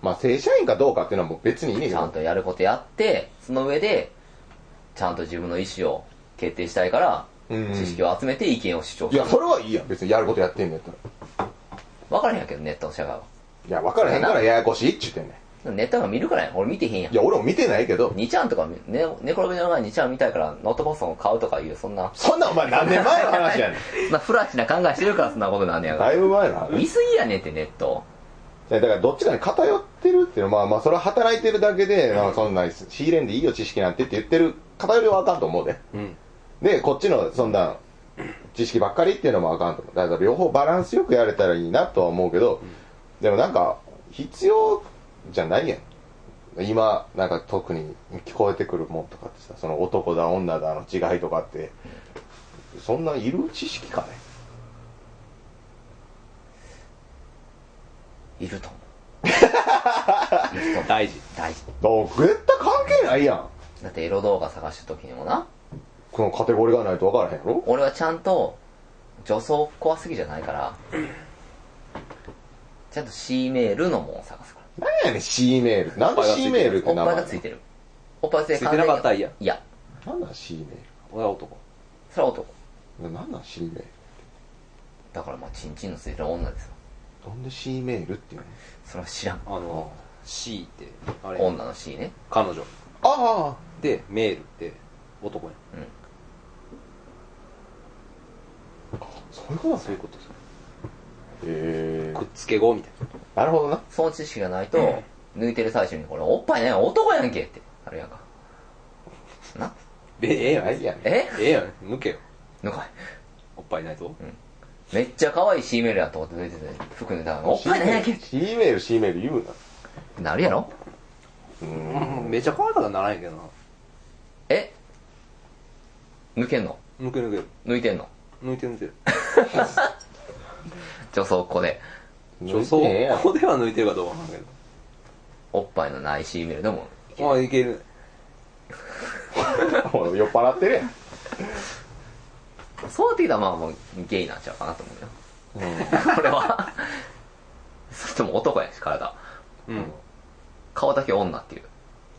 S3: まあ、正社員かどうかっていうのはもう別にいいねん
S2: ち
S3: け
S2: ゃん
S3: ど、
S2: とやることやって、その上で、ちゃんと自分の意思を決定したいから、
S3: うん
S2: 知識を集めて意見を主張
S3: い
S2: す
S3: や、
S2: る。
S3: それはいいやん。別にやることやってんねんやったら。
S2: わからへんやけど、ネットの社会は。
S3: いや、分からへんからややこしいっちゅうてんね
S2: ネットが見るからやん。俺見てへんやん
S3: ん。い。や、俺も見てないけど、
S2: 2ちゃんとか、ね、寝転びの前に2ちゃん見たいからノートパソコン買うとかいう、そんな、
S3: そんなんお前何年前の話やねん。
S2: そんなフラッシュな考えしてるからそんなことなんねやか
S3: だ
S2: ら。
S3: いぶ前の話。
S2: 見すぎやねんってネット。
S3: だからどっちかに偏ってるっていうのは、まあまあ、それは働いてるだけで、まあそんな仕入れんでいいよ知識なんてって言ってる偏りはあかんと思うで。
S1: うん
S3: で、こっちの、そんな、知識ばっかりっていうのもあかんと思う。だから両方バランスよくやれたらいいなとは思うけど、でもなんか、必要じゃないやん。今、なんか特に聞こえてくるもんとかってさ、その男だ女だの違いとかって、そんないる知識かね。
S2: いると思
S1: 大事
S2: う。大事。
S3: だから絶対関係ないやん。
S2: だってエロ動画探してる時にもな、
S3: このカテゴリーがないと分からへんやろ
S2: 俺はちゃんと、女装怖すぎじゃないから、ちゃんと C メールのもんを探すから。
S3: なんやねん、C メール。なんで C メールっ
S2: お
S3: て
S2: っ
S3: 名
S2: ぱい
S3: 前
S2: がついてる。おっぱいついて
S1: ついてなかったら嫌
S2: いや、
S3: なんなん C メ
S1: 俺は男
S2: それは男。
S3: ール。なんなん C メール。
S2: だからまあ、チンチンのついてる女ですよ。
S3: なんで C メールっていうの
S2: それは知らん。
S1: あの C ってあれ
S2: 女の C ね。
S1: 彼女
S3: ああ。
S1: でメールって男やん
S2: うん。
S3: そういうことなんす
S1: そういうことですよ
S3: え
S1: くっつけ語みたいな
S3: なるほどな。
S2: その知識がないと、抜いてる最中に、これ、おっぱいね、男やんけって、あるやんか。な
S1: でええやん
S3: ないやね
S2: え
S1: ええやん抜けよ
S2: 抜かい。
S1: おっぱいないぞ
S2: めっちゃ可愛い C メールやと思って抜いてて、服脱いだから、おっぱいねやんけっ
S3: C メール、C メール言うな。
S2: てなるやろ
S1: うんめっちゃ可愛かったらならへんけどな
S2: え抜けんの
S1: 抜け抜け
S2: 抜いてんの
S1: 抜いて抜いてる
S2: 女装っ子で。
S1: 女装
S3: ええやん
S1: ここでは抜いてるかどうかわからんけど
S2: おっぱいのない C メールでもいける
S1: まあ、いける。
S3: もう酔っ払ってるやん
S2: そうやって言うたらまあもうゲイになっちゃうかなと思うよ
S1: う
S2: これはそれとも男やし体
S1: ん。うん。
S2: 顔だけ女っていう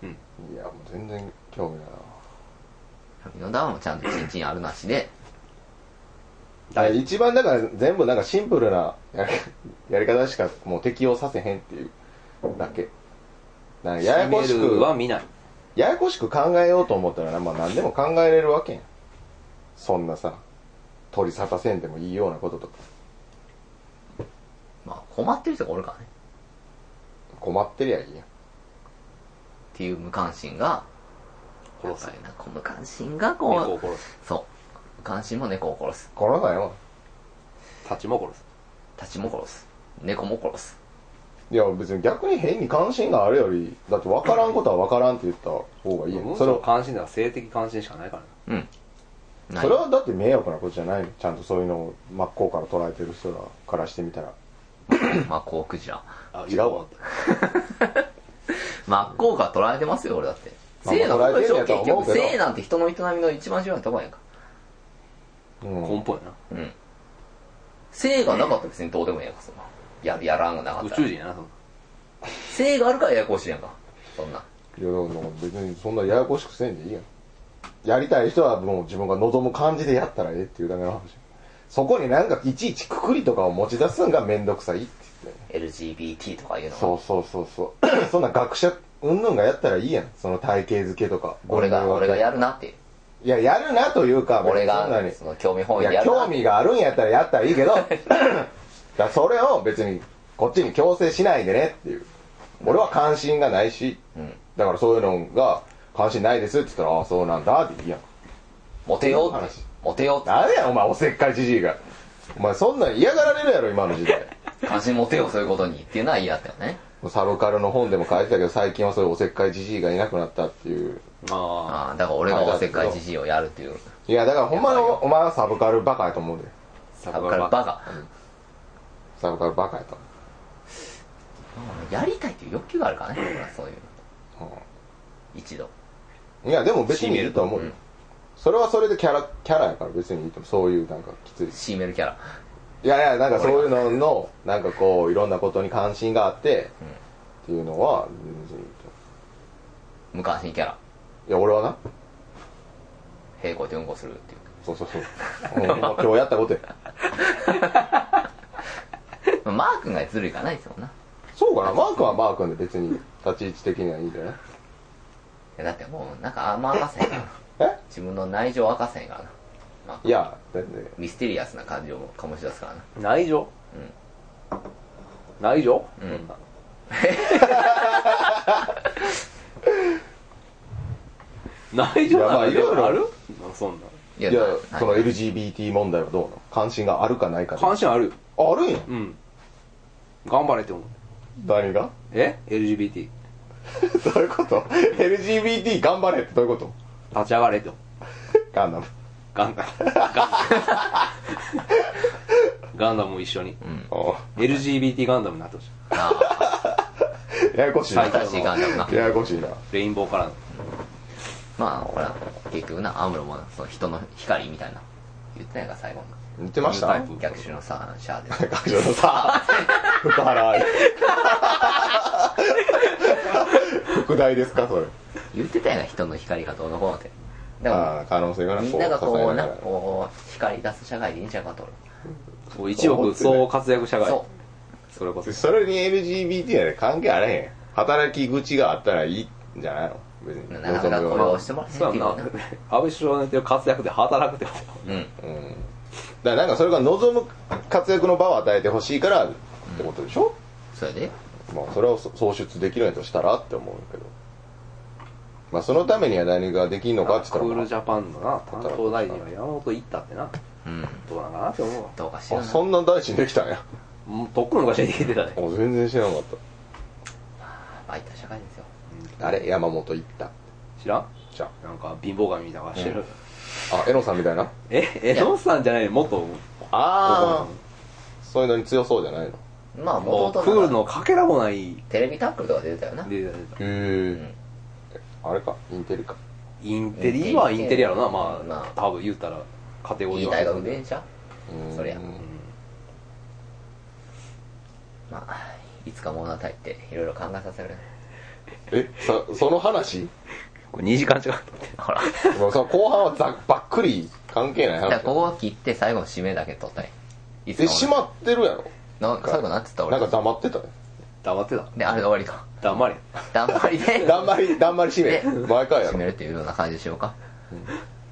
S1: うん。
S3: いやもう全然興味ない
S2: のダウンもちゃんとチンチンあるなしで
S3: な一番だから全部なんかシンプルなやりやり方しかもう適用させへんっていうだけなんかややこし
S1: C メール
S3: く
S1: は見ない。
S3: ややこしく考えようと思ったらな、まあ、何でも考えれるわけやんそんなさ取り沙汰せんでもいいようなこととか
S2: まあ困ってる人がおるからね
S3: 困ってりゃいいやん
S2: っていう無関心が
S1: 殺す
S2: やっぱりなこう無関心が
S1: 猫
S2: こ
S1: を殺す。
S2: うそう無関心も猫を殺す
S3: 殺さんよ
S1: 立ちも殺す。
S2: 立ちも殺す猫も殺す
S3: いや別に逆に変に関心があるよりだって分からんことは分からんって言った方がいいやんそ
S1: そ
S3: れ
S1: の
S3: を
S1: 関心では性的関心しかないからね。
S2: うんない
S3: それはだって迷惑なことじゃないのちゃんとそういうのを真っ向から捉えてる人らからしてみたら
S2: マッコウクジラ
S1: あ
S3: 違うわ
S2: 真っ向から捉えてますよ俺だって
S3: まあ
S2: 性なんてことでしょ
S3: 捉えてるんや
S2: 結
S3: とは思うけ
S2: 局
S3: ど
S2: 性なんて人の営みの一番重要なとこやんか
S3: うん
S1: 根本や
S2: うん性がなかったら別にどうでもええやんかそんなややらんがな
S1: な。
S2: かっ
S1: 宇
S2: た
S1: 宙
S2: ら
S1: 人やな、その。
S2: 性があるからややこしいやんかそんない
S3: やだから別にそんなややこしくせんでいいやんやりたい人はもう自分が望む感じでやったらええっていうだけの話そこになんかいちいちくくりとかを持ち出すんがめんどくさいって言って
S2: LGBT とかいうの
S3: そうそうそうそう そんな学者うんぬんがやったらいいやんその体系づけとか
S2: 俺が俺がやるなっていう
S3: いややるなというか
S2: 俺
S3: 別にそんな
S2: が
S3: に
S2: その興味本
S3: い
S2: 位でや
S3: や、
S2: るな
S3: 興味があるんやったらやったらいい けど、だからそれを別にこっちに強制しないでねっていう。俺は関心がないし、
S2: うん
S3: だからそういうのが関心ないですって言ったら、ああ、そうなんだっていいやん。
S2: モテようって
S3: 話
S2: モテようっ
S3: なんやお前、おせっかいじじいが。お前、そんなん嫌がられるやろ、今の時代。
S2: て関心モテようそういうことにっていうのは嫌だったよね
S3: サブカルの本でも書いてたけど、最近はそういうおせっかいじじいがいなくなったっていう。
S1: あ
S2: ああだから俺がおせっかいじじいをやるっていう
S3: いや、だからほんまにおお前はサブカルバカやと思うで。
S1: あ、
S2: サ
S1: サ
S2: ブカルバカ
S3: サブカルバカやと思う。
S2: やりたいっていう欲求があるからね僕らそういう一度
S3: いや、でも別にいいと思うよ
S2: うん
S3: それはそれでキャラ、キャラやから別にいいと思う。そういうなんかきつい。
S2: シーメルキャラ
S3: いやいや、なんかそういうのの、なんかこう、いろんなことに関心があって、っていうのは、別にいいと思
S2: 無関心キャラ
S3: ういや、俺はな、
S2: 平行でうんこするっていう
S3: そうそうそ う。うんまあ今日やったことや。
S2: まあマー君がずるいからないですもんな
S3: そうかな、マー君はマー君で別に、立ち位置的にはいいんじゃな
S2: い
S3: い
S2: やだってもうなんかあんま明かせへんからな
S3: え
S2: 自分の内情を明かせへんからな、まあ
S3: いや、全然。
S2: ミステリアスな感情を醸し出すからな
S1: 内情内情
S2: うん
S1: そ な内情なんか
S3: いやまあいろいろ
S1: あるなんかそんない
S3: いや
S2: な、な
S3: その LGBT 問題はどうなの関心があるかないかで
S1: 関心あるよ
S3: ああるんや。
S1: うん頑張れって思う
S3: 何が
S1: え LGBT 立
S3: どういうこと ?LGBT 頑張れってどういうこと
S1: ち上がれって思う
S3: ガンダム。
S1: ガ ンダムガンダムガンダムも一緒に
S3: お
S1: LGBT ガンダムになってほしい
S2: あ
S3: ややこしいな。
S2: ファンタジーガンダムな
S3: ややこしいな。
S1: レインボーカラーの
S2: まあほら結局なアムロもなその人の光みたいな言ってないか最後
S3: 言ってました
S1: タイ
S2: の
S1: プ
S2: 逆襲のさシャアで
S3: 学長のさ、福 原愛。副大ですか、それ。
S2: 言ってたやんか人の光がどうのこうのってだ
S3: ああ
S2: か
S3: 可能性が
S2: ら
S3: な、
S2: みんながこ
S3: 支
S2: う
S3: え
S2: な
S3: がら
S2: こう光り出す社会でいいんちゃうかと俺
S1: そう一億総活躍社会
S2: そ
S1: それこそ
S3: それに LGBT はね、関係あれへん。働き口があったらいいんじゃないの別
S2: う
S3: に。
S2: なかなかこれをしてもらえへんって
S1: そう
S2: いう
S1: やんな
S2: な
S1: 安倍首相の言ってる活躍で働くってこ
S2: うん
S3: うん。だからなんかそれが望む活躍の場を与えてほしいからってことでしょ、
S2: それで
S3: まあそれを創出できるんやとしたらって思うけど。まあそのためには何ができんの
S1: と
S3: か
S1: よ
S3: って
S1: ク
S3: 言
S1: ール
S3: っ
S1: ジ
S3: たら、
S1: ャパンのな担当大臣が山本行ったってな
S2: うん
S1: どうなんかなって思うわ
S2: どうかし
S3: ま
S2: ら
S3: あ、
S2: な
S3: そんな大臣できたんや。
S1: もうとっくの昔に聞いてたね
S3: もう全然知らなかった。
S2: あいた社会ですよ
S3: あれ山本行った。
S1: 知らん
S3: じゃ
S1: なんか貧乏神みたいな顔してる、
S3: あ、あ、エノさんみたいな
S1: ええノンさんじゃない元
S3: ああ。そういうのに強そうじゃないの
S2: まあ
S1: も
S2: も
S1: う
S2: と
S1: クールのかけらもない
S2: テレビタックルとか出てたよな
S1: で出た出た
S3: へ
S2: ん
S3: あれかインテリか
S1: インテリはインテリやろなま
S2: ま
S1: あ多分言うたらカテゴリー
S2: いい
S1: は
S2: 大学でじゃ
S3: うん
S2: そりゃ
S1: うん
S2: まあいつか物語っていろいろ考えさせるね
S3: えそその話
S1: これ2時間違う
S2: ほ ら
S3: もうその後半はざっばっくり関係ない
S2: じゃあ
S3: 話
S2: ここは切って最後の締めだけ取ったりい
S3: え閉まってるやろ
S2: な最後なんつった
S3: な
S2: 俺
S3: んか黙ってたね
S1: 黙ってた
S2: であれで終わりか
S1: 黙れ
S2: だんまりで
S3: だんまりだんまり締
S2: で
S3: め毎回や
S2: 締
S3: ろ
S2: めるっていうような感じにしようか